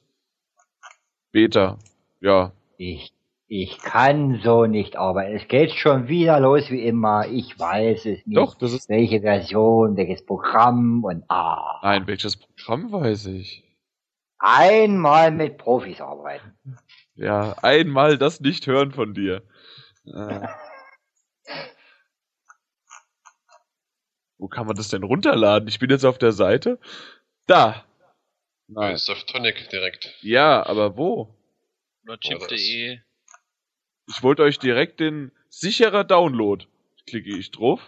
Beta. Ja. Ich, ich kann so nicht, aber es geht schon wieder los wie immer. Ich weiß es nicht. Doch, das ist- welche Version, welches Programm und ah. Nein, welches Programm weiß ich? Einmal mit Profis arbeiten. Ja, einmal das nicht hören von dir. Äh. Wo kann man das denn runterladen? Ich bin jetzt auf der Seite. Da. Nein. Ist auf Tonic direkt. Ja, aber wo? Chip.de. Ich wollte euch direkt den sicherer Download. Klicke ich drauf.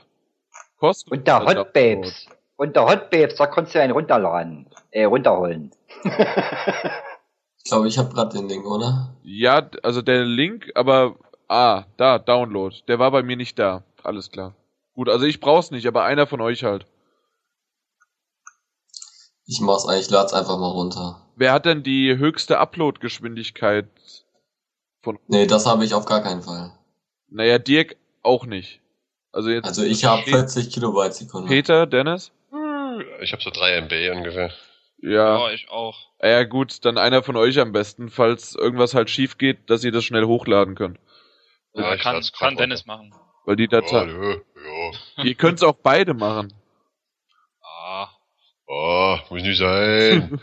Kostenlos. Unter Hotbabes. Unter Hotbabes, da konntest du einen runterladen. Äh, runterholen. Ich glaube, ich habe gerade den Link, oder? Ja, d- also der Link, aber ah, da Download. Der war bei mir nicht da. Alles klar. Gut, also ich brauch's nicht, aber einer von euch halt. Ich mach's eigentlich, lad's einfach mal runter. Wer hat denn die höchste Upload-Geschwindigkeit von? Nee, das habe ich auf gar keinen Fall. Naja, Dirk auch nicht. Also jetzt. Also ich habe steht 40 Kilobyte Sekunde. Peter, Dennis. Ich habe so 3 MB ungefähr. Ja. ich auch. Ah Ja gut, dann einer von euch am besten, falls irgendwas halt schief geht, dass ihr das schnell hochladen könnt. Ja, kann, kann Dennis machen. Weil die Oh, Datei. Ihr könnt's auch beide machen. Ah. Oh, muss nicht sein.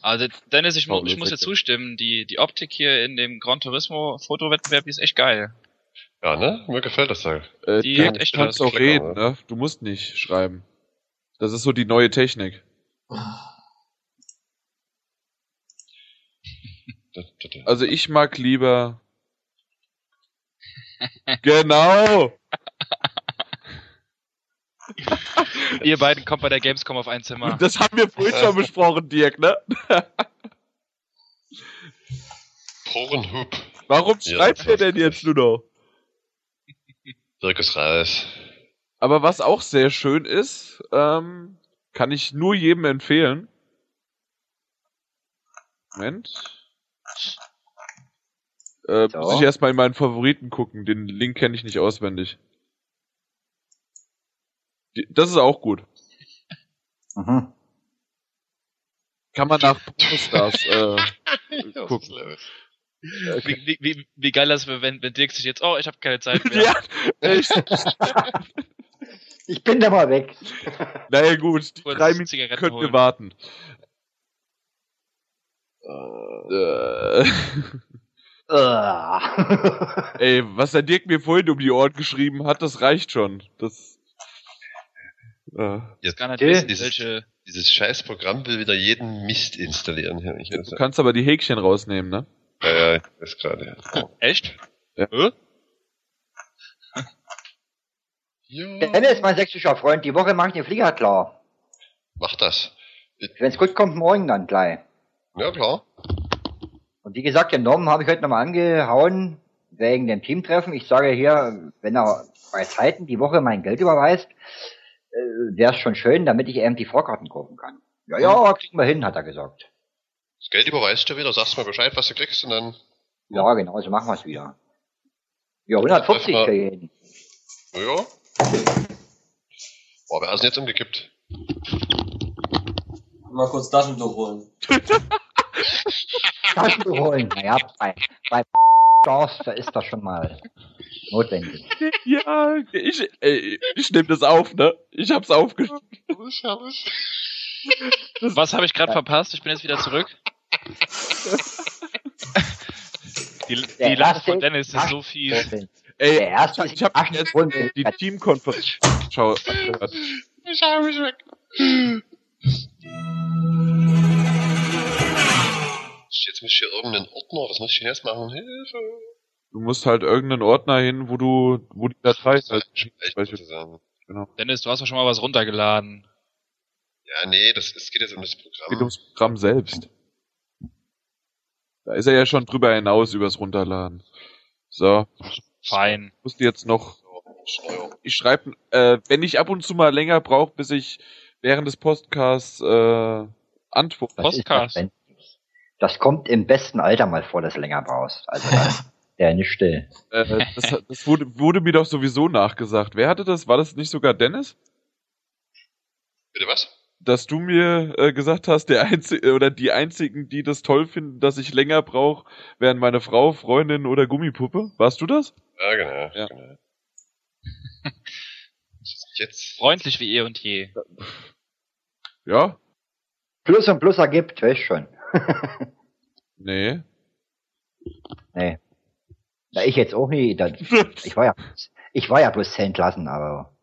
Also Dennis, ich, mu Paul, ich jetzt muss dir weg. zustimmen, die, die Optik hier in dem Gran Turismo Fotowettbewerb die ist echt geil. Ja, ne? Mir gefällt das Teil. Äh, Die Dirk, hat echt du kannst was. Genau. auch reden, ne? Du musst nicht schreiben. Das ist so die neue Technik. Also ich mag lieber. genau! Ihr beiden kommt bei der Gamescom auf ein Zimmer. Das haben wir vorhin schon besprochen, Dirk, ne? Pornhub. Warum Ja, schreibt ihr denn jetzt nur noch? Dirk ist raus. Aber was auch sehr schön ist, ähm, kann ich nur jedem empfehlen. Moment. Äh, Muss ich erstmal in meinen Favoriten gucken. Den Link kenne ich nicht auswendig. Die- Das ist auch gut. Kann man nach Pornostars äh, gucken. Wie, wie, wie, wie geil das wäre, wenn, wenn Dirk sich jetzt, oh, ich habe keine Zeit mehr. Ich bin da mal weg. Naja gut, die Kurz drei Minuten Zigaretten könnt holen. ihr warten. Äh. Äh. Ey, was der Dirk mir vorhin um die Ohren geschrieben hat, das reicht schon. Das. Äh. Jetzt kann wissen, dieses, dieses scheiß Programm will wieder jeden Mist installieren. Herr Michael. Du kannst aber die Häkchen rausnehmen, ne? Ja, ja, ich weiß gerade. Echt? Ja. Dennis, mein sächsischer Freund, die Woche mache ich den Flieger klar. Mach das. Wenn's gut kommt, morgen dann gleich. Ja, klar. Und wie gesagt, den Norman habe ich heute nochmal angehauen, wegen dem Teamtreffen. Ich sage hier, wenn er bei Zeiten die Woche mein Geld überweist, äh, wäre es schon schön, damit ich eben die Vorkarten kaufen kann. Ja, ja, kriegen wir hin, hat er gesagt. Das Geld überweist du wieder, sagst mal Bescheid, was du kriegst und dann. Ja, genau, so machen wir es wieder. Ja, 150 für jeden. Naja. Boah, wer ist denn jetzt umgekippt? Mal kurz Taschentuch holen. Taschentuch holen. Naja, bei, bei Dorf, da ist das schon mal notwendig. Ja, ich, ey, ich nehm das auf, ne? Ich hab's aufgeschrieben. Herrlich, herrlich. Was habe ich gerade verpasst? Ich bin jetzt wieder zurück. Die, die Lache von Dennis ist so fies. Ey, ich, ich habe jetzt die Teamkonferenz. Schau. äh, Ich habe mich weg. Jetzt muss ich hier irgendeinen Ordner, was muss ich denn jetzt machen? Hilfe! Du musst halt irgendeinen Ordner hin, wo du, wo die Datei ist. Halt, welche- genau. Dennis, du hast doch schon mal was runtergeladen. Ja, nee, das es geht jetzt um das Programm. Geht ums Programm selbst. Da ist er ja schon drüber hinaus übers Runterladen. So. Fein. Ich musste jetzt noch. Ich schreibe, äh, wenn ich ab und zu mal länger brauche, bis ich während des Podcasts äh, antworte. Wenn- Das kommt im besten Alter mal vor, dass du länger brauchst. Also dann, der nicht still. Äh, das das wurde, wurde mir doch sowieso nachgesagt. Wer hatte das? War das nicht sogar Dennis? Bitte was? Dass du mir äh, gesagt hast, der einzige oder die einzigen, die das toll finden, dass ich länger brauche, wären meine Frau, Freundin oder Gummipuppe. Warst du das? Ja, genau. genau. Jetzt. Freundlich wie eh und je. Ja? Plus und Plus ergibt, weißt schon. Nee. Nee. Na, ich jetzt auch nie. Da, ich, war ja, ich war ja bloß zehn Klassen, aber.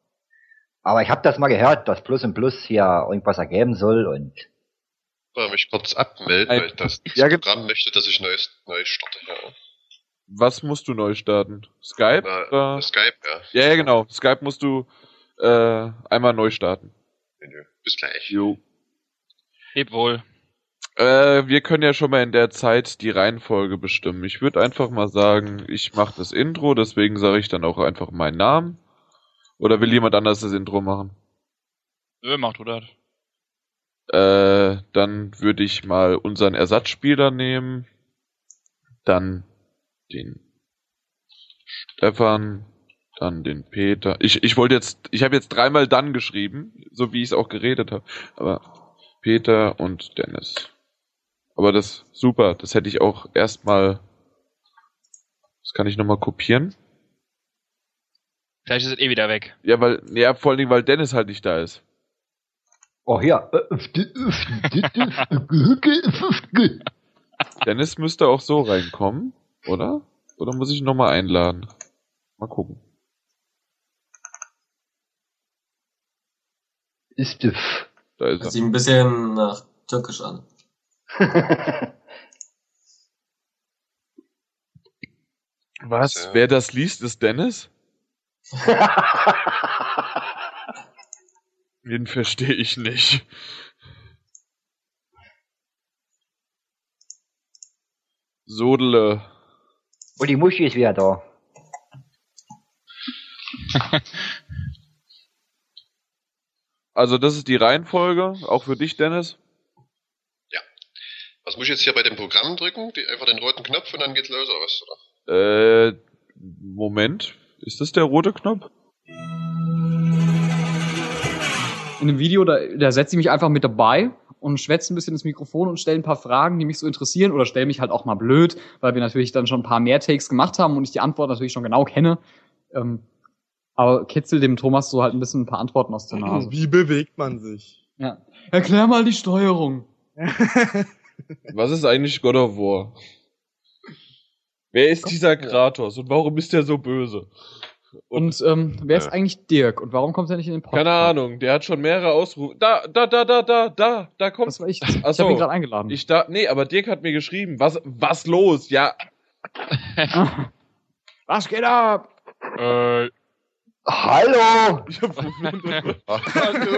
Aber ich habe das mal gehört, dass Plus und Plus hier irgendwas ergeben soll und Soll ich mich kurz abmelden, Ein- weil das, das Ja, ge- Programm möchte, dass ich neu, neu starte. Ja. Was musst du neu starten? Skype? Äh, Na, Skype, ja. Ja, ja, genau. Skype musst du äh, einmal neu starten. Menü. Bis gleich. Jo. Leb wohl. Äh, wir können ja schon mal in der Zeit die Reihenfolge bestimmen. Ich würde einfach mal sagen, ich mache das Intro, deswegen sage ich dann auch einfach meinen Namen. Oder will jemand anders das Intro machen? Nö, macht oder? Äh, dann würde ich mal unseren Ersatzspieler nehmen. Dann den Stefan, dann den Peter. Ich, ich wollte jetzt, ich habe jetzt dreimal dann geschrieben, so wie ich es auch geredet habe. Aber Peter und Dennis. Aber das super, das hätte ich auch erstmal. Das kann ich nochmal kopieren. Vielleicht ist es eh wieder weg. Ja, weil, ja, vor allen Dingen, weil Dennis halt nicht da ist. Oh ja. äh, Dennis müsste auch so reinkommen, oder? Oder muss ich ihn nochmal einladen? Mal gucken. Ist Da ist Das er. sieht ein bisschen nach Türkisch an. Was? Wer das liest, ist Dennis? Den verstehe ich nicht. Sodele. Und die Muschi ist wieder da. Also das ist die Reihenfolge, auch für dich, Dennis. Was muss ich jetzt hier bei dem Programm drücken? Die, einfach den roten Knopf und dann geht's los, oder was? Oder? Äh, Moment. Ist das der rote Knopf? In dem Video, da, da setze ich mich einfach mit dabei und schwätze ein bisschen ins Mikrofon und stelle ein paar Fragen, die mich so interessieren oder stelle mich halt auch mal blöd, weil wir natürlich dann schon ein paar mehr Takes gemacht haben und ich die Antwort natürlich schon genau kenne. Ähm, aber kitzel dem Thomas so halt ein bisschen ein paar Antworten aus der Nase. Wie bewegt man sich? Ja. Erklär mal die Steuerung. Was ist eigentlich God of War? Wer ist dieser Kratos und warum ist der so böse? Und ähm, wer ist Ja. eigentlich Dirk und warum kommt er nicht in den Podcast? Keine Ahnung, der hat schon mehrere Ausrufe. Da, da, da, da, da, da, da kommt. Das war ich. Achso, hab ihn gerade eingeladen. Ich da, nee, aber Dirk hat mir geschrieben, was, was los? Ja. was geht ab? Äh. Hallo! Ah. Hallo!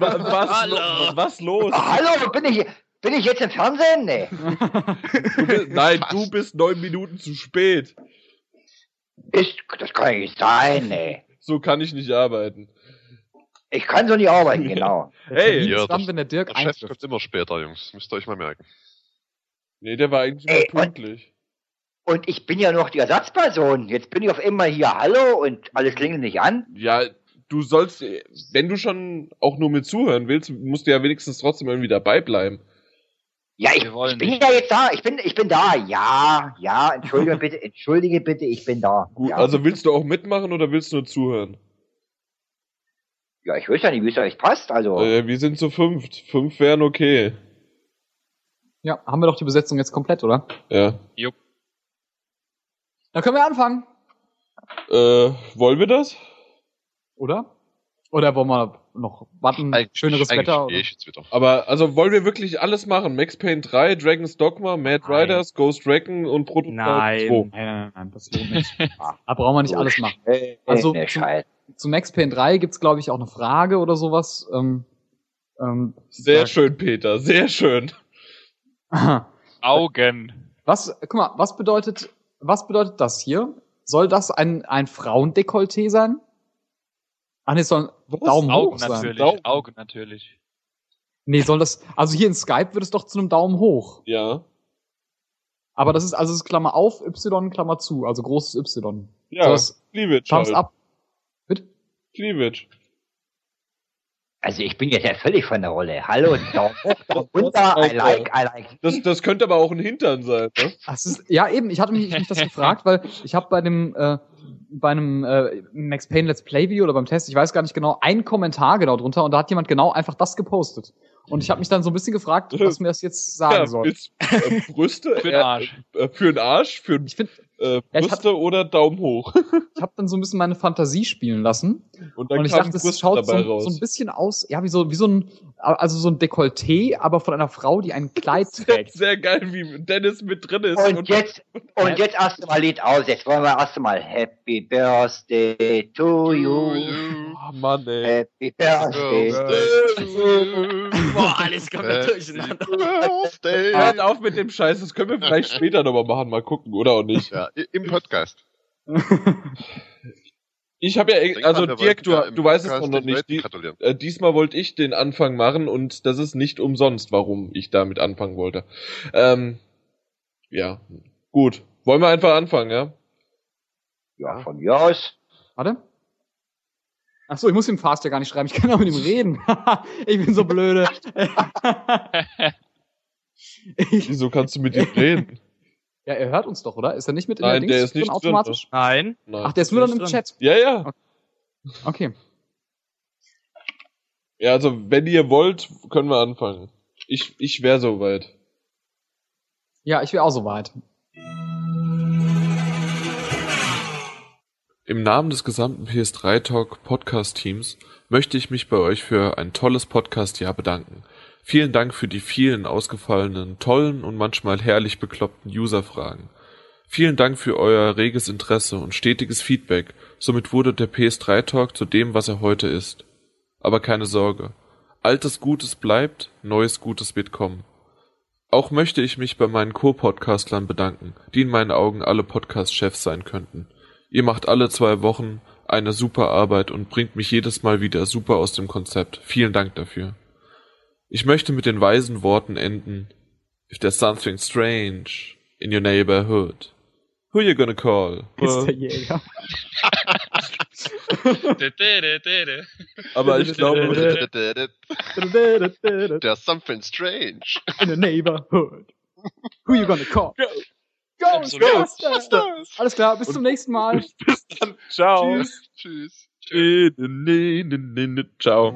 Was, Hallo. was los? Hallo, bin ich, bin ich jetzt im Fernsehen? Nee. Du bist, nein, du bist neun Minuten zu spät. Ich, das kann ja nicht sein, nee. So kann ich nicht arbeiten. Ich kann so nicht arbeiten, genau. Hey, Ja, das- wenn der Dirk der Chef kommt immer später, Jungs. Müsst ihr euch mal merken. Nee, der war eigentlich Ey, immer pünktlich. Und ich bin ja noch die Ersatzperson. Jetzt bin ich auf immer hier Hallo und alles klingelt nicht an. Ja, du sollst, wenn du schon auch nur mit zuhören willst, musst du ja wenigstens trotzdem irgendwie dabei bleiben. Ja, ich, ich bin ja jetzt da. Ich bin, ich bin da. Ja, ja, entschuldige bitte, entschuldige bitte, ich bin da. Gut, ja. also willst du auch mitmachen oder willst du nur zuhören? Ja, ich weiß ja nicht, wie es euch passt. Also, Äh, wir sind zu fünft. Fünf wären okay. Ja, haben wir doch die Besetzung jetzt komplett, oder? Ja. Dann können wir anfangen, Äh, wollen wir das? oder? Oder wollen wir noch warten? Schöneres Wetter? eh. Oder? Aber also wollen wir wirklich alles machen? Max Payne 3, Dragon's Dogma, Mad Riders, Ghost Recon und Prototype Nein, 2. nein, nein, nein, das lohnt nicht. Da Ah, brauchen wir Oh, nicht alles machen. Also ne zu, Scheiße. zu Max Payne 3 gibt's glaube ich, auch eine Frage oder sowas. Ähm, ähm, Sehr schön, Peter, sehr schön. Augen. Was, guck mal, was bedeutet, was bedeutet das hier? Soll das ein, ein Frauendekolleté sein? Ach nee, es soll ein Daumen hoch Augen sein. natürlich. Augen natürlich. Nee, soll das, also hier in Skype wird es doch zu einem Daumen hoch. Ja. Aber das ist, also es ist Klammer auf, Y, Klammer zu, also großes Y. Ja, Soll das Cleavage Thumbs halt. up. Cleavage. also ich bin jetzt ja völlig von der Rolle. Hallo, Daumen hoch, Daumen runter, I like, I like. Das, das könnte aber auch ein Hintern sein, ne? Ach, es ist, ja, eben, ich hatte mich, mich das gefragt, weil ich habe bei dem äh, bei einem äh, Max Payne Let's Play Video oder beim Test, ich weiß gar nicht genau, einen Kommentar genau drunter und da hat jemand genau einfach das gepostet. Und ich habe mich dann so ein bisschen gefragt, was mir das jetzt sagen Ja, soll. willst- äh, Brüste? für den Arsch. Äh, für den Arsch, für Ich find, äh, Ja, ich hab- Brüste oder Daumen hoch. ich habe dann so ein bisschen meine Fantasie spielen lassen. Und und ich kam dachte, Brüste es schaut so, dabei ein- raus. so ein bisschen aus, ja, wie so, wie so ein, also so ein Dekolleté, aber von einer Frau, die ein Kleid trägt. Sehr geil, wie Dennis mit drin ist. Und jetzt, und jetzt erst mal Lied aus. Jetzt wollen wir erst mal Happy Birthday to you. Oh Mann, ey. Happy Birthday. Boah, alles Äh, komplett durcheinander. Hört auf mit dem Scheiß, das können wir vielleicht später nochmal machen, mal gucken, oder auch nicht. Ja, im Podcast. Ich habe ja, Denk also dran, wir Dirk, du, wollten ja im du weißt es doch Podcast noch den nicht. Leuten Die, gratulieren. äh, diesmal wollte ich den Anfang machen und das ist nicht umsonst, warum ich damit anfangen wollte. Ähm, ja, gut. Wollen wir einfach anfangen, ja? Ja, von mir aus. Warte. Ach so, ich muss dem Fast ja gar nicht schreiben, ich kann auch mit ihm reden. ich bin so blöde. Wieso kannst du mit ihm reden? Ja, er hört uns doch, oder? Ist er nicht mit in Nein, der Dings der ist nicht drin, automatisch? Nein. Ach, der ist nur dann im Nicht drin. Chat. Ja, ja. Okay. Ja, also wenn ihr wollt, können wir anfangen. Ich, ich wäre soweit. Ja, ich wäre auch soweit. Im Namen des gesamten PS3 Talk Podcast Teams möchte ich mich bei euch für ein tolles Podcast-Jahr bedanken. Vielen Dank für die vielen ausgefallenen, tollen und manchmal herrlich bekloppten User-Fragen. Vielen Dank für euer reges Interesse und stetiges Feedback. Somit wurde der PS3 Talk zu dem, was er heute ist. Aber keine Sorge. Altes Gutes bleibt, neues Gutes wird kommen. Auch möchte ich mich bei meinen Co-Podcastlern bedanken, die in meinen Augen alle Podcast-Chefs sein könnten. Ihr macht alle zwei Wochen eine super Arbeit und bringt mich jedes Mal wieder super aus dem Konzept. Vielen Dank dafür. Ich möchte mit den weisen Worten enden. If there's something strange in your neighborhood, who you gonna call? Ist der Jäger. Aber ich glaube, There's something strange. In the neighborhood. Who you gonna call? Ghostbusters! Alles klar, bis zum nächsten Mal. Ciao. Tschüss. Tschüss. Ciao.